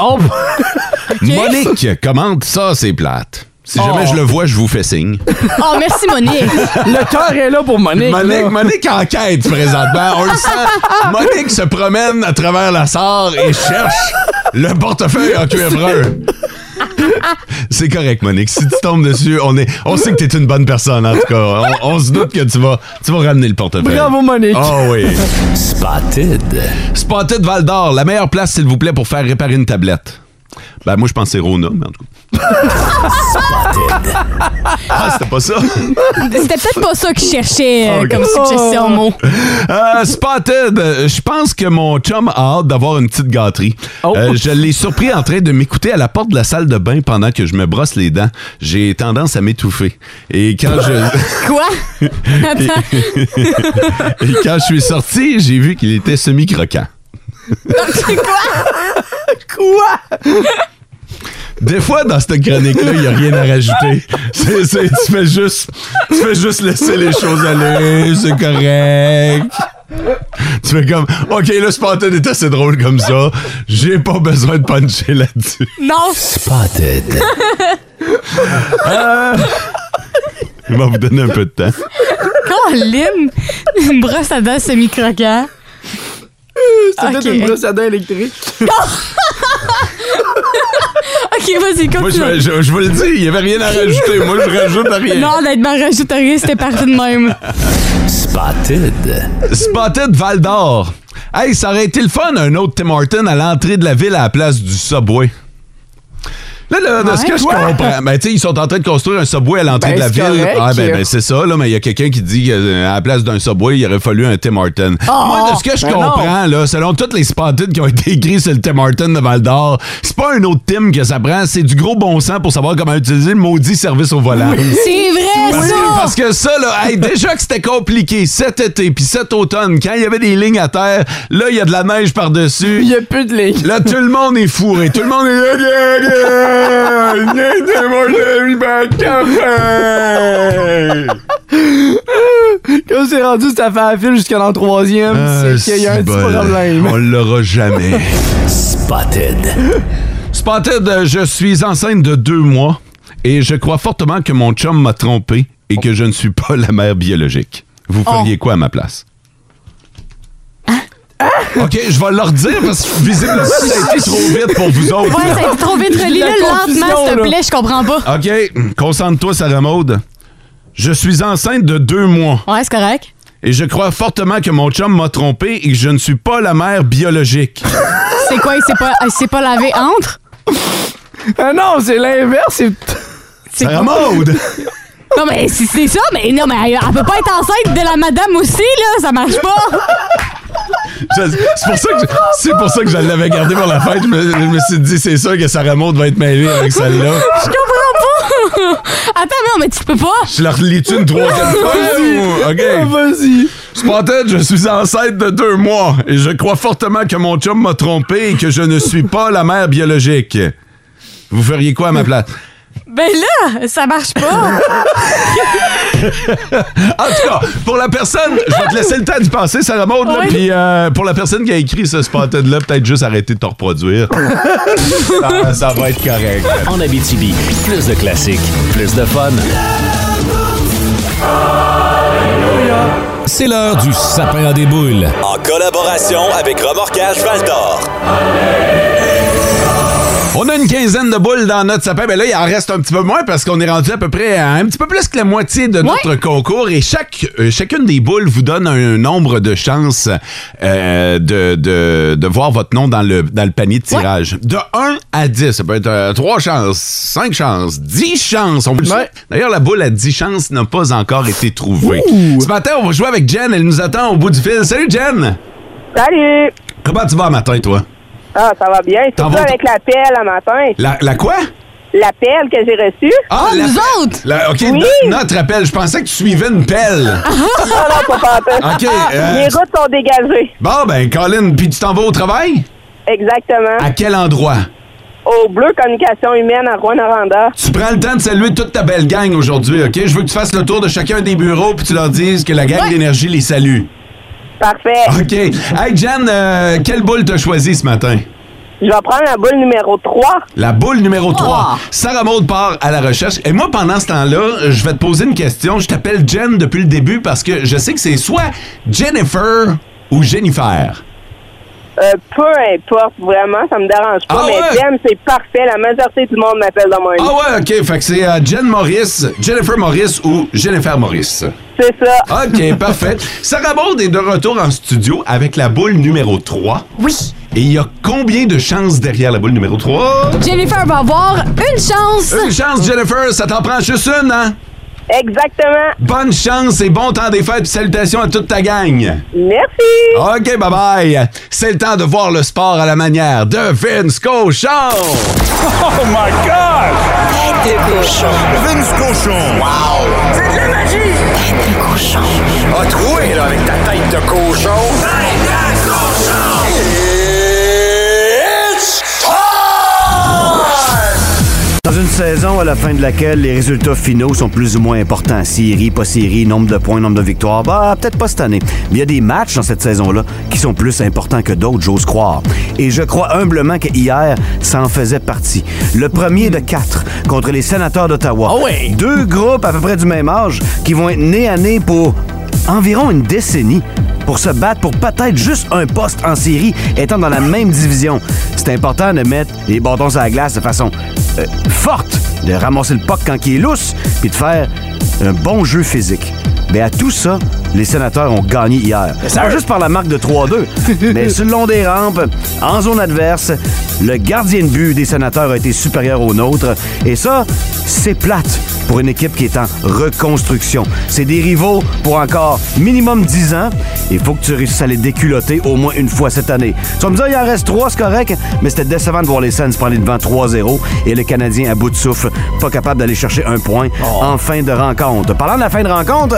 Monique commente ça, c'est plate. Si jamais
Oh.
je le vois, je vous fais signe.
Oh, merci, Monique.
Le cœur est là pour Monique.
Monique,
là.
Monique enquête présentement. On le sent. Monique se promène à travers la sarre et cherche le portefeuille en cuir brun. C'est correct, Monique. Si tu tombes dessus, on, est, on sait que tu es une bonne personne, en tout cas. On, on se doute que tu vas, tu vas ramener le portefeuille.
Bravo, Monique.
Oh oui. Spotted. Spotted Val d'Or, la meilleure place, s'il vous plaît, pour faire réparer une tablette. Ben, moi, je pense que c'est Rona, mais en tout cas. Spotted. Ah, c'était pas ça?
C'était peut-être pas ça que je cherchais euh, comme suggestion, mot.
Oh, Euh, spotted, euh, je pense que mon chum a hâte d'avoir une petite gâterie.
Oh.
Euh, je l'ai surpris en train de m'écouter à la porte de la salle de bain pendant que je me brosse les dents. J'ai tendance à m'étouffer. Et quand je...
Quoi? Attends.
Et quand je suis sorti, j'ai vu qu'il était semi-croquant.
C'est quoi? Quoi?
Des fois, dans cette chronique-là, il n'y a rien à rajouter. C'est- c'est- tu, fais juste, tu fais juste laisser les choses aller, c'est correct. Tu fais comme, OK, là, Spotted est assez drôle comme ça. J'ai pas besoin de puncher là-dessus.
Non.
Spotted. Ah! Il va vous donner un peu de temps.
Colin! Une brosse à dents semi-croquant.
C'est peut-être
Ok.
une brosse à dents électrique.
ok, vas-y, continue.
Moi, je, je- je vous le dis, il n'y avait rien à rajouter. Moi, je rajoute rien.
Non, honnêtement, rajoute rien, c'était parti de même.
Spotted. Spotted Val d'Or. Hey, ça aurait été le fun, un autre Tim Horton à l'entrée de la ville à la place du Subway. Là, là, de ce que
Ouais,
je
quoi?
comprends, ben, tu sais, ils sont en train de construire un Subway à l'entrée
Ben,
de la
c'est
ville.
correct.
Ah, ben, ben, c'est ça, là, mais il y a quelqu'un qui dit qu'à la place d'un Subway, il aurait fallu un Tim Horton.
Ah,
Moi, de ce que je
ben non.
comprends, là, selon toutes les Spotted qui ont été écrits sur le Tim Horton de Val d'Or, c'est pas un autre Tim que ça prend, c'est du gros bon sens pour savoir comment utiliser le maudit service au volant.
C'est vrai,
Parce,
ça!
parce que ça, là, hey, déjà que c'était compliqué cet été puis cet automne, quand il y avait des lignes à terre, là, il y a de la neige par-dessus. Il
n'y a plus de lignes.
Là, tout le monde est fourré. Tout le monde est.
Quand c'est rendu, c'est à faire la file jusqu'à l'an troisième. c'est qu'il y a un petit
bol.
problème.
Ah, On l'aura jamais. Spotted. Spotted, euh, je suis enceinte de deux mois et je crois fortement que mon chum m'a trompé et que je ne suis pas la mère biologique. Vous
Oh.
feriez quoi à ma place? OK, je vais leur dire parce que visiblement, ça a été trop vite pour vous
Oh,
autres.
Ouais, ça a été trop vite relis
La
le lentement,
confusion,
s'il te
là.
plaît, je comprends pas.
OK, concentre-toi, Sarah Maude. Je suis enceinte de deux mois
Ouais, c'est correct.
et je crois fortement que mon chum m'a trompé et que je ne suis pas la mère biologique.
C'est quoi, il s'est pas, il s'est pas lavé entre?
ah non, c'est l'inverse, c'est...
Sarah Maud!
Non, mais si c'est ça, mais non, mais elle, elle peut pas être enceinte de la madame aussi, là, ça marche pas!
Je- C'est pour ça que je- c'est pour ça que je l'avais gardé pour la fête. Je me, je me suis dit c'est sûr que Sarah Maud va être mêlée avec celle-là.
Je comprends pas! Attends, non, mais tu peux pas!
Je la relis-tu une troisième fois? ou- OK.
Vas-y.
Spontan, je suis enceinte de deux mois et je crois fortement que mon chum m'a trompé et que je ne suis pas la mère biologique. Vous feriez quoi à ma place?
Ben là, ça marche pas!
En tout cas, pour la personne, je vais te laisser le temps d'y penser, Sarah Maud. là,
Oui.
Puis euh, pour la personne qui a écrit ce Spontan-là, peut-être juste arrêter de te reproduire. ça, ça va être correct.
En Abitibi, plus de classiques, plus de fun. C'est l'heure du sapin à des boules.
En collaboration avec Remorquage Valdor.
On a une quinzaine de boules dans notre sapin, mais là, il en reste un petit peu moins parce qu'on est rendu à peu près à un petit peu plus que la moitié de notre concours et chaque, euh, chacune des boules vous donne un nombre de chances euh, de, de, de voir votre nom dans le, dans le panier de tirage. De 1 à 10, ça peut être 3 chances, 5 chances, 10 chances. On vous le souhaite. D'ailleurs, la boule à 10 chances n'a pas encore été trouvée. Ce matin, on va jouer avec Jen, elle nous attend au bout du fil. Salut Jen!
Salut!
Comment tu vas le matin, toi?
Ah, ça va bien.
T'en
Surtout
vas-
avec l'appel un matin.
La, la quoi?
L'appel que j'ai reçu.
Ah, la- la- OK, no- notre appel. Je pensais que tu suivais une pelle.
non, non, pas pantoute.
OK, euh,
Les routes sont dégagées.
Bon, ben, Colin, puis tu t'en vas au travail?
Exactement.
À quel endroit?
Au Bleu Communication Humaine à Rouen-Noranda.
Tu prends le temps de saluer toute ta belle gang aujourd'hui, OK? Je veux que tu fasses le tour de chacun des bureaux puis tu leur dises que la gang d'énergie les salue.
Parfait.
OK. Hey, Jan, euh, quelle boule t'as choisi ce matin?
Je vais prendre la boule numéro 3.
La boule numéro 3. Sarah Maud part à la recherche. Et moi, pendant ce temps-là, je vais te poser une question. Je t'appelle Jen depuis le début parce que je sais que c'est soit Jennifer ou Jennifer.
Euh, peu importe, vraiment, ça me dérange pas,
Ah
mais
ouais?
j'aime, c'est parfait. La majorité du monde m'appelle dans mon
Ah ouais, ok. Fait que c'est euh, Jen Morris, Jennifer Morris ou Jennifer Morris.
C'est
ça. Ok, parfait. Sarah Maud est de retour en studio avec la boule numéro 3.
Oui.
Et il y a combien de chances derrière la boule numéro 3?
Jennifer va avoir une chance!
Une chance, Jennifer. Ça t'en prend juste une, hein?
Exactement.
Bonne chance et bon temps des fêtes. puis Salutations à toute ta gang.
Merci.
OK, bye-bye. C'est le temps de voir le sport à la manière de Vince Cochon.
Oh my god! Tête de cochon. Vince cochon. Wow! C'est de la magie! Tête de cochon. A troué, là, avec ta tête de cochon. Tête de cochon! It's
Dans une saison à la fin de laquelle les résultats finaux sont plus ou moins importants, série, pas série, nombre de points, nombre de victoires, bah peut-être pas cette année. Mais il y a des matchs dans cette saison-là qui sont plus importants que d'autres, j'ose croire. Et je crois humblement que hier, ça en faisait partie. Le premier de quatre contre les sénateurs d'Ottawa.
Ah
Deux groupes à peu près du même âge qui vont être nez à nez pour environ une décennie pour se battre pour peut-être juste un poste en série étant dans la même division. C'est important de mettre les bâtons à la glace de façon euh, forte, de ramasser le puck quand il est lousse, puis de faire un bon jeu physique. Mais à tout ça, les sénateurs ont gagné hier. Pas juste par la marque de 3-2, mais sur le long des rampes, en zone adverse, le gardien de but des sénateurs a été supérieur au nôtre. Et ça, c'est plate pour une équipe qui est en reconstruction. C'est des rivaux pour encore minimum 10 ans. Il faut que tu réussisses à les déculotter au moins une fois cette année. Tu vas me dire, il en reste 3, c'est correct, mais c'était décevant de voir les Suns prendre les devants 3-0 et le Canadien à bout de souffle, pas capable d'aller chercher un point en fin de rencontre. Parlant de la fin de rencontre,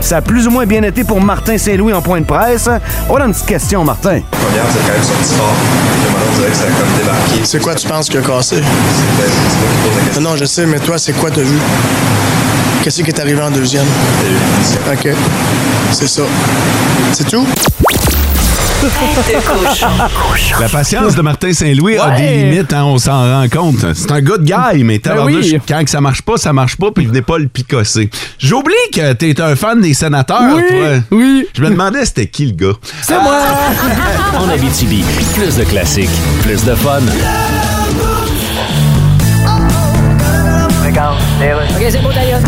ça a plus ou moins bien été pour Martin Saint-Louis en point de presse. On a une petite question, Martin.
Première, c'est quand même sorti fort. Le moment, on dirait que ça a comme débarqué.
C'est quoi tu penses qui a cassé? Non, je sais, mais toi, c'est quoi t'as vu? Qu'est-ce qui est arrivé en deuxième? OK. C'est ça. C'est tout?
Tête de cochon.
La patience de Martin Saint-Louis a
Ouais.
des limites, hein, on s'en rend compte. C'est un good guy, mais tabarnouche,
oui.
quand que ça marche pas, ça marche pas, puis venez pas le picosser. J'oublie que t'es un fan des sénateurs,
Oui,
toi. Oui. Je me demandais c'était qui le gars.
C'est moi!
En Abitibi, plus de classiques, plus de fun.
OK, c'est beau, d'ailleurs.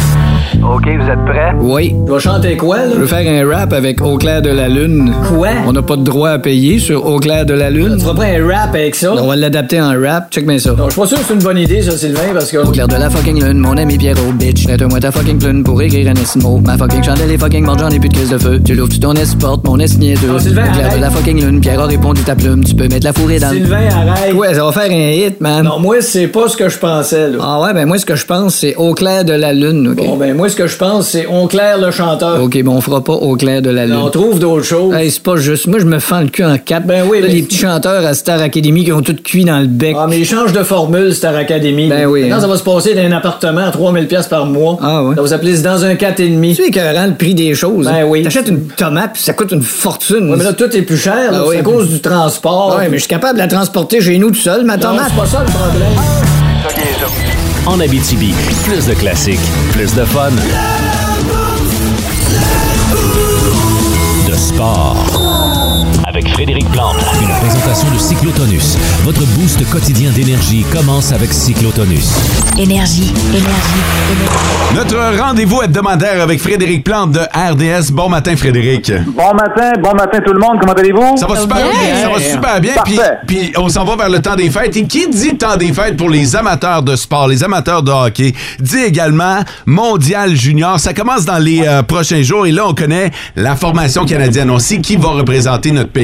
OK, vous êtes prêts? Oui. Tu vas chanter quoi, là? Je veux faire un rap avec Au clair de la lune. Quoi? On n'a pas de droit à payer sur Au clair de la lune. Tu feras pas un rap avec ça? on va l'adapter en rap. Check bien ça. Non, je suis pas sûr que c'est une bonne idée, ça, Sylvain, parce que... Au clair de la fucking lune, mon ami Pierrot, bitch. Jette-moi ta fucking plume pour écrire un esmo. Ma fucking chandelle est fucking morte, j'en ai plus de crise de feu. Tu l'ouvres, tu ton porte, mon est niaiseux.
Sylvain,
Au clair de
arrête.
la fucking lune, Pierrot répond ta plume. Tu peux mettre la fourrée dans le-
Sylvain, arrête.
Ouais, ça va faire un hit, man. Non, moi, c'est pas ce que je pensais, là. Ah ouais, ben moi, ce que je pense, c'est Au clair de la lune, OK? Bon, ben moi, ce que je pense, c'est On claire le chanteur. OK, bon, on fera pas Au clair de la lune. on trouve d'autres choses. Hey, c'est pas juste. Moi, je me fends le cul en quatre. Ben oui, Les petits chanteurs à Star Academy qui ont tout cuit dans le bec. Ah, mais ils changent de formule, Star Academy. Ben oui.
Maintenant, ça va
se passer d'un appartement à 3000 pièces par mois. Ah ouais. Ça va s'appeler dans un 4,5. Tu sais, écœurant le prix des choses. Ben oui. T'achètes une tomate, puis ça coûte une fortune. Ouais, mais là, tout est plus cher,
là, c'est à
cause du transport. Ouais, mais je suis capable de la transporter chez nous tout seul, ma tomate.
c'est pas
ça le problème.
En Abitibi, plus de classiques, plus de fun. De sport. Avec Frédéric Plante.
Une présentation de Cyclotonus. Votre boost quotidien d'énergie commence avec Cyclotonus.
Énergie, énergie, énergie.
Notre rendez-vous hebdomadaire avec Frédéric Plante de RDS. Bon matin, Frédéric.
Bon matin, bon matin tout le monde, comment allez-vous?
Ça va super bien, ça va super bien. Puis, puis on s'en va vers le temps des fêtes. Et qui dit temps des fêtes pour les amateurs de sport, les amateurs de hockey, dit également Mondial Junior. Ça commence dans les euh, prochains jours. Et là, on connaît la formation canadienne. On sait qui va représenter notre pays.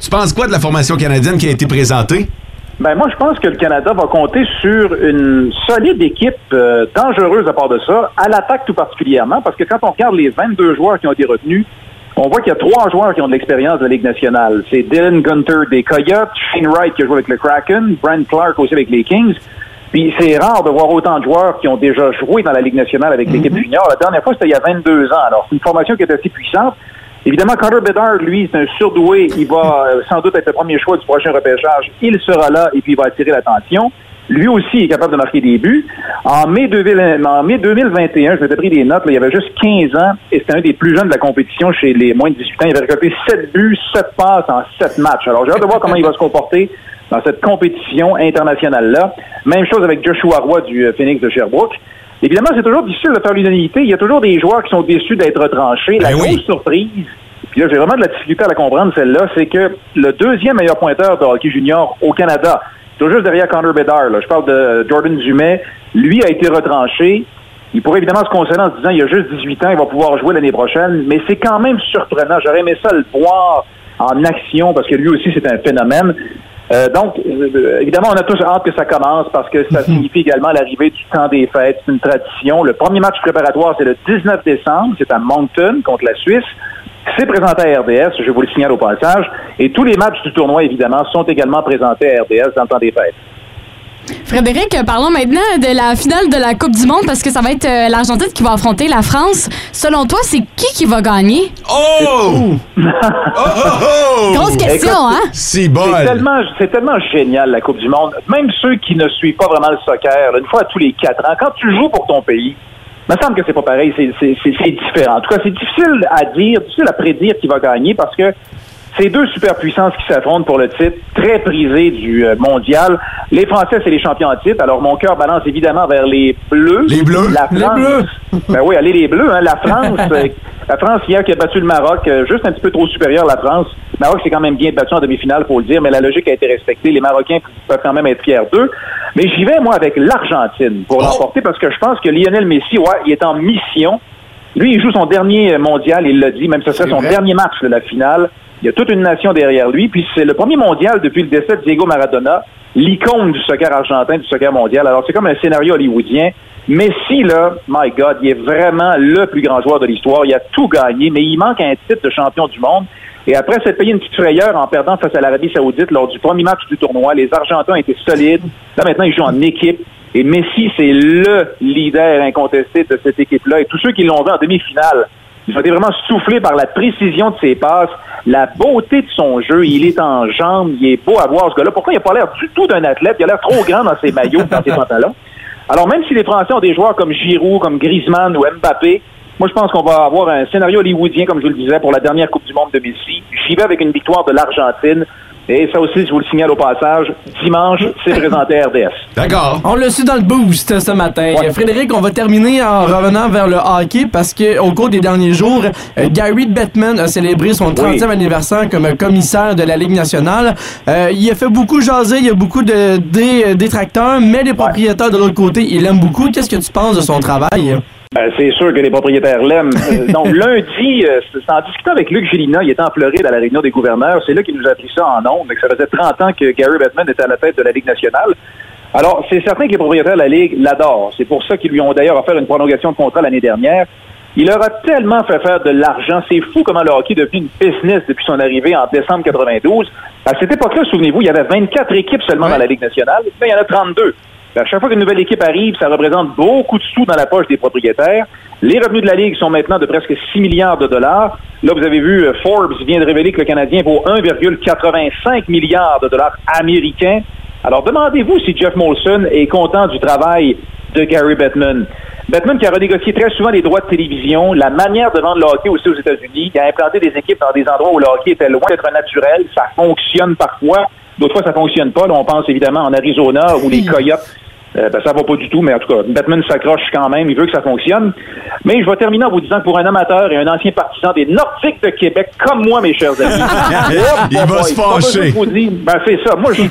Tu penses quoi de la formation canadienne qui a été présentée?
Ben moi, je pense que le Canada va compter sur une solide équipe euh, dangereuse à part de ça, à l'attaque tout particulièrement, parce que quand on regarde les 22 joueurs qui ont été retenus, on voit qu'il y a trois joueurs qui ont de l'expérience de la Ligue nationale. C'est Dylan Gunter des Coyotes, Shane Wright qui a joué avec le Kraken, Brent Clark aussi avec les Kings. Puis c'est rare de voir autant de joueurs qui ont déjà joué dans la Ligue nationale avec
Mhm.
l'équipe junior. La dernière fois, c'était il y a 22 ans. Alors, c'est une formation qui est assez puissante. Évidemment, Carter Bedard, lui, c'est un surdoué. Il va euh, sans doute être le premier choix du prochain repêchage. Il sera là et puis il va attirer l'attention. Lui aussi est capable de marquer des buts. En mai, 2000 en mai 2021, je m'étais pris des notes, là, il avait juste 15 ans et c'était un des plus jeunes de la compétition chez les moins de 18 ans. Il avait récolté 7 buts, 7 passes en 7 matchs. Alors j'ai hâte de voir comment il va se comporter dans cette compétition internationale-là. Même chose avec Joshua Roy du euh, Phoenix de Sherbrooke. Évidemment, c'est toujours difficile de faire l'unanimité. Il y a toujours des joueurs qui sont déçus d'être retranchés. La grosse surprise, puis là, j'ai vraiment de la difficulté à la comprendre, celle-là, c'est que le deuxième meilleur pointeur de hockey junior au Canada, toujours juste derrière Connor Bedard, là, je parle de Jordan Dumais, lui a été retranché. Il pourrait évidemment se consoler en se disant il a juste 18 ans, il va pouvoir jouer l'année prochaine, mais c'est quand même surprenant. J'aurais aimé ça le voir en action parce que lui aussi, c'est un phénomène. Euh, donc, euh, évidemment, on a tous hâte que ça commence parce que
Mhm.
ça signifie également l'arrivée du temps des fêtes. C'est une tradition. Le premier match préparatoire, c'est le 19 décembre. C'est à Moncton contre la Suisse. C'est présenté à RDS, je vous le signale au passage. Et tous les matchs du tournoi, évidemment, sont également présentés à RDS dans le temps des fêtes.
Frédéric, euh, parlons maintenant de la finale de la Coupe du Monde parce que ça va être euh, l'Argentine qui va affronter la France. Selon toi, c'est qui qui va gagner?
Oh!
Grosse question, hein?
C'est
bon. C'est tellement, c'est tellement génial, la Coupe du Monde. Même ceux qui ne suivent pas vraiment le soccer, là, une fois tous les quatre ans, quand tu joues pour ton pays, il me semble que c'est pas pareil, c'est, c'est- c'est- c'est différent. En tout cas, c'est difficile à dire, difficile à prédire qui va gagner parce que c'est deux superpuissances qui s'affrontent pour le titre, très prisé du euh, mondial. Les Français, c'est les champions en titre. Alors, mon cœur balance évidemment vers les Bleus. Les Bleus. La
Les
France.
Bleus.
Ben oui, allez les Bleus. Hein. La France, euh, la France hier qui a battu le Maroc, euh, juste un petit peu trop supérieur la France. Le Maroc s'est quand même bien battu en demi-finale, faut le dire, mais la logique a été respectée. Les Marocains peuvent quand même être fiers d'eux. Mais j'y vais, moi, avec l'Argentine pour l'emporter parce que je pense que Lionel Messi, ouais, il est en mission. Lui, il joue son dernier mondial, il l'a dit, même si ce serait son dernier match de la finale. Il y a toute une nation derrière lui. Puis c'est le premier mondial depuis le décès de Diego Maradona, l'icône du soccer argentin, du soccer mondial. Alors c'est comme un scénario hollywoodien. Messi, là, my God, il est vraiment le plus grand joueur de l'histoire. Il a tout gagné, mais il manque un titre de champion du monde. Et après s'être payé une petite frayeur en perdant face à l'Arabie Saoudite lors du premier match du tournoi, les Argentins étaient solides. Là, maintenant, ils jouent en équipe. Et Messi, c'est le leader incontesté de cette équipe-là. Et tous ceux qui l'ont vu en demi-finale, ils ont été vraiment soufflés par la précision de ses passes, la beauté de son jeu. Il est en jambes, il est beau à voir ce gars-là. Pourquoi il n'a pas l'air du tout d'un athlète? Il a l'air trop grand dans ses maillots, dans ses pantalons. Alors, même si les Français ont des joueurs comme Giroud, comme Griezmann ou Mbappé, moi, je pense qu'on va avoir un scénario hollywoodien, comme je vous le disais, pour la dernière Coupe du Monde de Messi. J'y vais avec une victoire de l'Argentine. Et ça aussi, je vous le signale au passage, dimanche, c'est présenté à RDS.
D'accord. On le su dans le boost ce matin. Frédéric, on va terminer en revenant vers le hockey parce que au cours des derniers jours, euh, Gary Bettman a célébré son 30e anniversaire comme commissaire de la Ligue nationale. Euh, il a fait beaucoup jaser, il y a beaucoup de dé- détracteurs, mais les propriétaires de l'autre côté, ils l'aiment beaucoup. Qu'est-ce que tu penses de son travail?
Euh, c'est sûr que les propriétaires l'aiment. Euh, donc, lundi, euh, c'est en discutant avec Luc Gélina, il était en Floride à la réunion des gouverneurs. C'est là qu'il nous a appris ça en ondes. Donc, Ça faisait 30 ans que Gary Bettman était à la tête de la Ligue nationale. Alors, c'est certain que les propriétaires de la Ligue l'adorent. C'est pour ça qu'ils lui ont d'ailleurs offert une prolongation de contrat l'année dernière. Il leur a tellement fait faire de l'argent. C'est fou comment le hockey est devenu une business depuis son arrivée en décembre 92. À cette époque-là, souvenez-vous, il y avait 24 équipes seulement dans la Ligue nationale. Maintenant, il y en a 32. Ben, À chaque fois qu'une nouvelle équipe arrive, ça représente beaucoup de sous dans la poche des propriétaires. Les revenus de la Ligue sont maintenant de presque 6 milliards de dollars. Là, vous avez vu, euh, Forbes vient de révéler que le Canadien vaut 1,85 milliard de dollars américains. Alors, demandez-vous si Jeff Molson est content du travail de Gary Bettman. Bettman qui a renégocié très souvent les droits de télévision, la manière de vendre le hockey aussi aux États-Unis, qui a implanté des équipes dans des endroits où le hockey était loin d'être naturel. Ça fonctionne parfois. D'autres fois, ça fonctionne pas. Là, on pense évidemment en Arizona où les Coyotes euh, ben, ça va pas du tout, mais en tout cas, Batman s'accroche quand même, il veut que ça fonctionne. Mais je vais terminer en vous disant que pour un amateur et un ancien partisan des Nordiques de Québec, comme moi, mes chers amis, hop,
Il
bon
va
boy,
se
pas besoin
fâcher.
de vous dire. Ben, c'est ça. Moi, j'ai-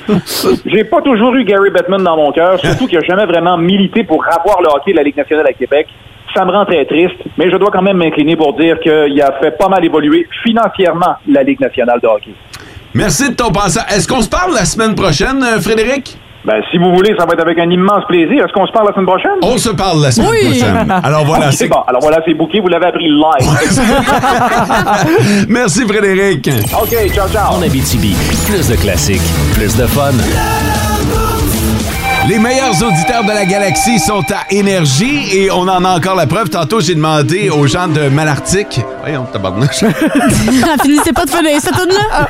j'ai pas toujours eu Gary Batman dans mon
Hein?
cœur, surtout qu'il n'a jamais vraiment milité pour avoir le hockey de la Ligue nationale à Québec. Ça me rend très triste, mais je dois quand même m'incliner pour dire qu'il a fait pas mal évoluer financièrement la Ligue nationale de hockey.
Merci de ton passage. Est-ce qu'on se parle la semaine prochaine, euh, Frédéric?
Ben, si vous voulez, ça va être avec un immense plaisir. Est-ce qu'on se parle la semaine prochaine?
On se parle la semaine prochaine. Alors voilà,
Ok,
c'est-
bon. Alors voilà, c'est bouquet. Vous l'avez appris live.
Merci, Frédéric.
OK, ciao, ciao.
En Abitibi, plus de classiques, plus de fun.
Les meilleurs auditeurs de la galaxie sont à Énergie et on en a encore la preuve. Tantôt, j'ai demandé aux gens de Malartic. Voyons, tabarnouche.
Finissez pas de finir cette tourne-là.
Ah.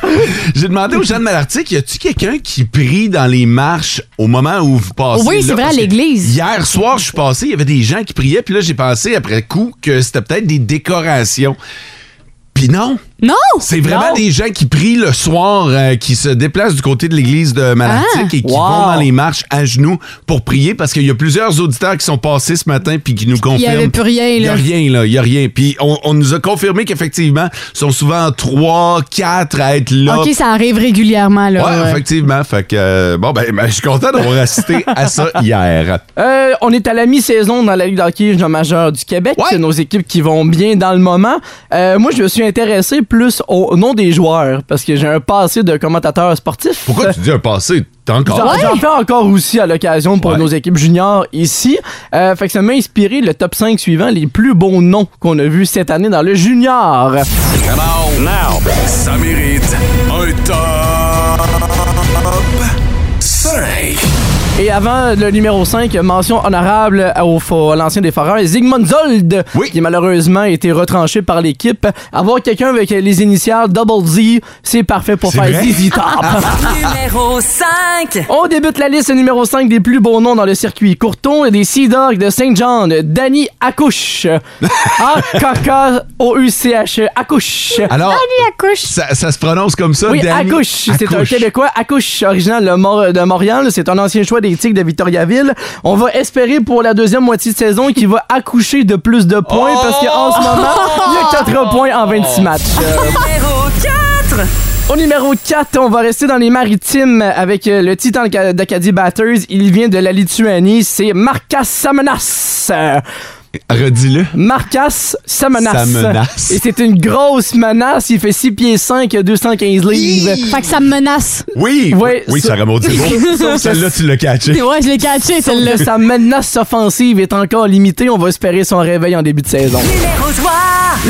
j'ai demandé aux gens de Malartic, y a-tu quelqu'un qui prie dans les marches au moment où vous passez?
Oui, c'est
là?
vrai, à
Parce que
l'église.
Hier soir, je suis passé, il y avait des gens qui priaient, puis là, j'ai pensé après coup que c'était peut-être des décorations. Puis non!
Non!
C'est vraiment
Non.
des gens qui prient le soir, euh, qui se déplacent du côté de l'église de Malartic
Ah!
et qui
Wow!
vont dans les marches à genoux pour prier parce qu'il y a plusieurs auditeurs qui sont passés ce matin puis qui nous confirment.
avait plus rien,
Il y
là.
a rien, là. Il y a rien. Puis on, on nous a confirmé qu'effectivement, ils sont souvent trois, quatre à être là.
OK, ça arrive régulièrement, là.
Ouais, effectivement. Fait que, euh, bon, ben, ben, je suis content d'avoir assisté à ça hier.
Euh, on est à la mi-saison dans la Ligue d'hockey jean majeur du Québec. C'est nos équipes qui vont bien dans le moment. Euh, moi, je me suis intéressé plus au nom des joueurs parce que j'ai un passé de commentateur sportif.
Pourquoi tu dis un passé? T'es encore.
J'en j'en fais encore aussi à l'occasion pour nos équipes juniors ici. Euh, fait que ça m'a inspiré le top 5 suivant, les plus beaux noms qu'on a vus cette année dans le junior.
Come on. Now. Ça mérite un top 5.
Et avant le numéro 5, mention honorable au, fo- à l'ancien des Foreurs, Zygmunt Zold, qui malheureusement a été retranché par l'équipe. Avoir quelqu'un avec les initiales Double Z, c'est parfait pour
C'est
faire
vrai?
ZZ Top.
Numéro 5.
On débute la liste numéro 5 des plus beaux noms dans le circuit. Courton et des Sea Dogs de Saint-Jean, Danny Accouche. A-K-K-O-U-C-H, Accouche.
Alors, Ça, ça se prononce comme ça,
Oui,
Danny?
Accouche, c'est un
Accouche.
Québécois. Accouche, original de, Mor- de Montréal. C'est un ancien choix des Tigres de Victoriaville. On va espérer pour la deuxième moitié de saison qu'il va accoucher de plus de points parce qu'en ce moment, il y a 4 points en 26 matchs.
Numéro 4.
Au numéro 4, on va rester dans les maritimes avec euh, le titan d'Aca- d'Acadie Batters. Il vient de la Lituanie. C'est Markas Samanas. Euh,
Redis-le.
Marcas Samanas.
Samanas.
Et c'est une grosse menace. Il fait 6 pieds 5, 215 livres.
Fait que ça me menace.
Oui!
Ouais,
oui,
ça-
ça remonte. c'est bon.
Sauf que-
Celle-là, tu l'as catché.
Ouais, je l'ai catché,
Sauf
celle-là.
que Sa menace offensive est encore limitée. On va espérer son réveil en début de saison.
Numéro 3.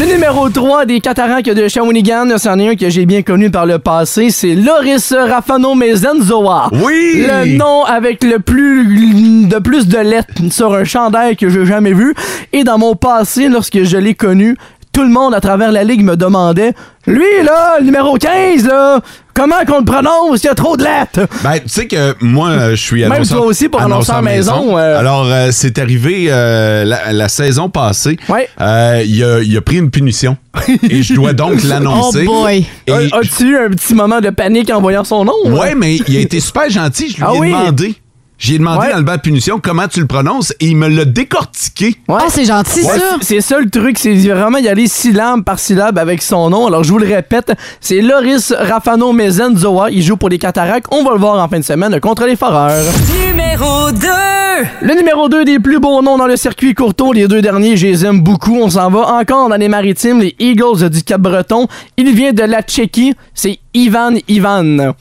Le numéro 3 des Cataractes de Shawinigan, c'en est un que j'ai bien connu par le passé, c'est Loris Rafano Mezenzoa.
Oui!
Le nom avec le plus de plus de lettres sur un chandail que j'ai jamais vu. Et dans mon passé, lorsque je l'ai connu, tout le monde à travers la ligue me demandait Lui, là, le numéro 15, là, comment qu'on le prononce Il y a trop de lettres.
Ben, tu sais que moi, euh, je suis
Même
annonceur-
toi aussi pour
annonceur
annonceur maison, euh.
Alors, euh, c'est arrivé euh, la, la saison passée. Euh, il, a, il a pris une punition. et je dois donc l'annoncer.
Oh boy.
Et-
A- As-tu eu un petit moment de panique en voyant son nom hein?
Ouais, mais il a été super gentil. Je lui
Ah
ai
oui?
demandé. J'ai demandé dans le bas de punition comment tu le prononces et il me l'a décortiqué.
Ah, c'est gentil, ça! C'est ça le truc, c'est vraiment y aller syllabe par syllabe avec son nom. Alors, je vous le répète, c'est Loris Rafano Mezenzoa. Il joue pour les Cataractes. On va le voir en fin de semaine contre les Foreurs.
Numéro 2.
Le numéro 2 des plus beaux noms dans le circuit courtois. Les deux derniers, je les aime beaucoup. On s'en va encore dans les maritimes, les Eagles du Cap-Breton. Il vient de la Tchéquie. C'est Ivan Ivan.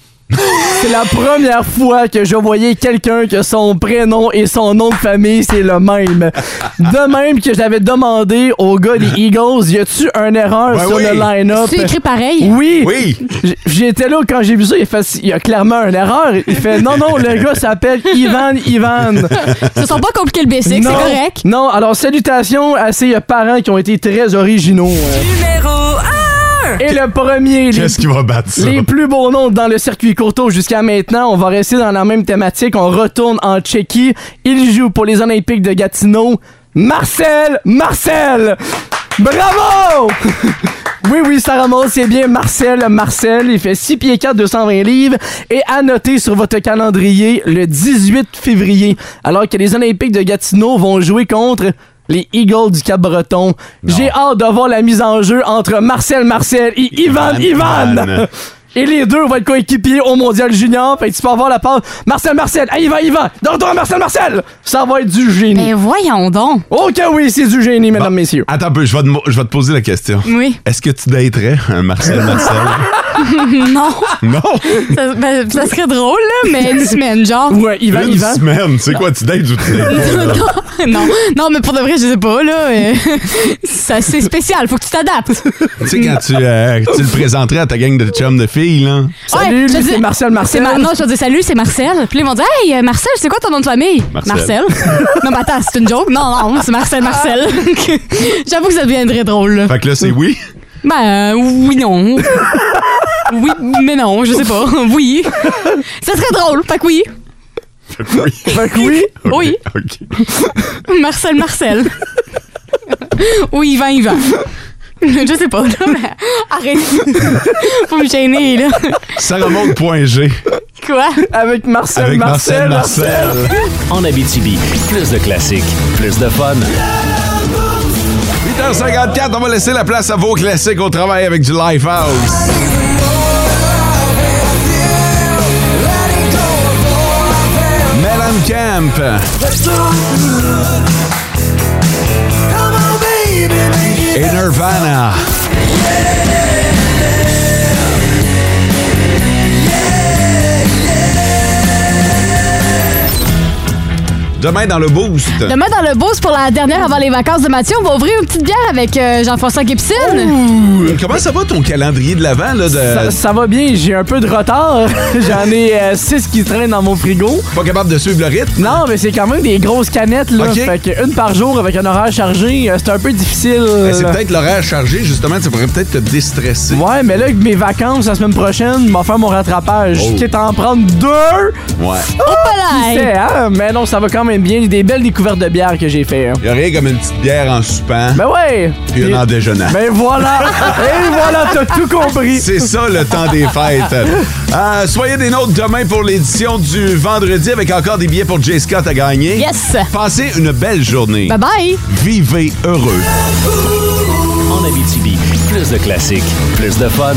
C'est la première fois que je voyais quelqu'un que son prénom et son nom de famille, c'est le même. De même que j'avais demandé au gars des Eagles, y a-tu une erreur
Ben
sur
oui.
le line-up?
C'est écrit pareil?
Oui.
Oui.
J- J'étais là quand j'ai vu ça, il fait, il y a clairement une erreur. Il fait, non, non, le gars s'appelle Ivan Ivan.
Ce sont pas compliqués le basic, c'est
Non.
correct.
Non, alors salutations à ces parents qui ont été très originaux. euh.
Numéro 1.
Et le premier. les-
Qu'est-ce qui va battre ça?
Les plus beaux noms dans le circuit courtois jusqu'à maintenant. On va rester dans la même thématique. On retourne en Tchéquie. Il joue pour les Olympiques de Gatineau. Marcel! Marcel! Bravo! Oui, oui, Sarah Maud, c'est bien Marcel. Marcel, il fait 6 pieds 4, 220 livres. Et à noter sur votre calendrier, le 18 février, alors que les Olympiques de Gatineau vont jouer contre les Eagles du Cap-Breton. J'ai hâte de voir la mise en jeu entre Marcel Marcel et Ivan Ivan.
Ivan.
Et les deux vont être coéquipiers au Mondial Junior. Fait que tu peux avoir la passe. Marcel Marcel, à Ivan Ivan, de retour à Marcel Marcel. Ça va être du génie. Mais
voyons donc.
Ok, oui, c'est du génie, mesdames, messieurs.
Attends un peu, je vais, te, mo- je vais te poser la question.
Oui.
Est-ce que tu daterais un Marcel Marcel?
Ah,
non.
non?
Ça, ben, ça serait drôle, là, mais une semaine, genre.
Ouais,
Une semaine, c'est quoi, tu dates ou tu dates pas, là?
non, non, mais pour de vrai, je sais pas, là. euh, ça, c'est spécial, faut que tu t'adaptes.
Tu sais, quand tu, euh, tu le présenterais à ta gang de chums de filles, là.
Ouais,
Salut,
je
lui,
dis-
c'est Marcel Marcel.
c'est Mar- non, je vais dire salut, c'est Marcel. Puis là, ils vont dire, hey, euh, Marcel, c'est quoi ton nom de famille?
Marcel.
non, mais attends, c'est une joke? Non, non, c'est Marcel, Marcel.
Ah.
J'avoue que ça deviendrait drôle, là.
Fait que là, c'est oui.
Ben, euh, oui, non. oui, mais non, je sais pas. Oui. Ça serait drôle, fait que oui.
Fait que oui.
Fait que oui.
Oui. Marcel, Marcel. oui, Yvan, Yvan. Je sais pas, là, mais arrête. Faut me gêner, là.
Ça remonte point G.
Quoi?
Avec Marcel
Avec Marcel, Marcel.
En Abitibi, plus de classiques, plus de fun.
8h54, on va laisser la place à vos classiques au travail avec du Lifehouse. Madame Camp et Nirvana. Demain dans le boost.
Demain, dans le boost pour la dernière avant les vacances de Mathieu, on va ouvrir une petite bière avec euh, Jean-François Gibson.
Euh, Comment ça va ton calendrier de l'avant là de
Ça, ça va bien, j'ai un peu de retard. J'en ai 6 qui traînent dans mon frigo.
Pas capable de suivre le rythme?
Non, mais c'est quand même des grosses canettes, là.
Ok.
Fait que une par jour avec un horaire chargé, euh, c'est un peu difficile.
Ben, c'est peut-être l'horaire chargé, justement, ça pourrait peut-être te déstresser.
Ouais, mais là, avec mes vacances la semaine prochaine, m'en faire mon rattrapage.
Oh.
Quitte à en prendre deux. Oh,
Ouais.
Ah,
qui sait, hein? Mais non, ça va quand même bien. Des belles découvertes de bière que j'ai fait. hein.
Il y a rien comme une petite bière en soupant.
Ben ouais!
Hein? Puis une en déjeunant.
Ben voilà! Et voilà, t'as tout compris!
C'est ça le temps des fêtes. Euh, soyez des nôtres demain pour l'édition du vendredi avec encore des billets pour Jay Scott à gagner.
Yes!
Passez une belle journée.
Bye bye!
Vivez heureux.
En Abitibi, plus de classiques, plus de fun.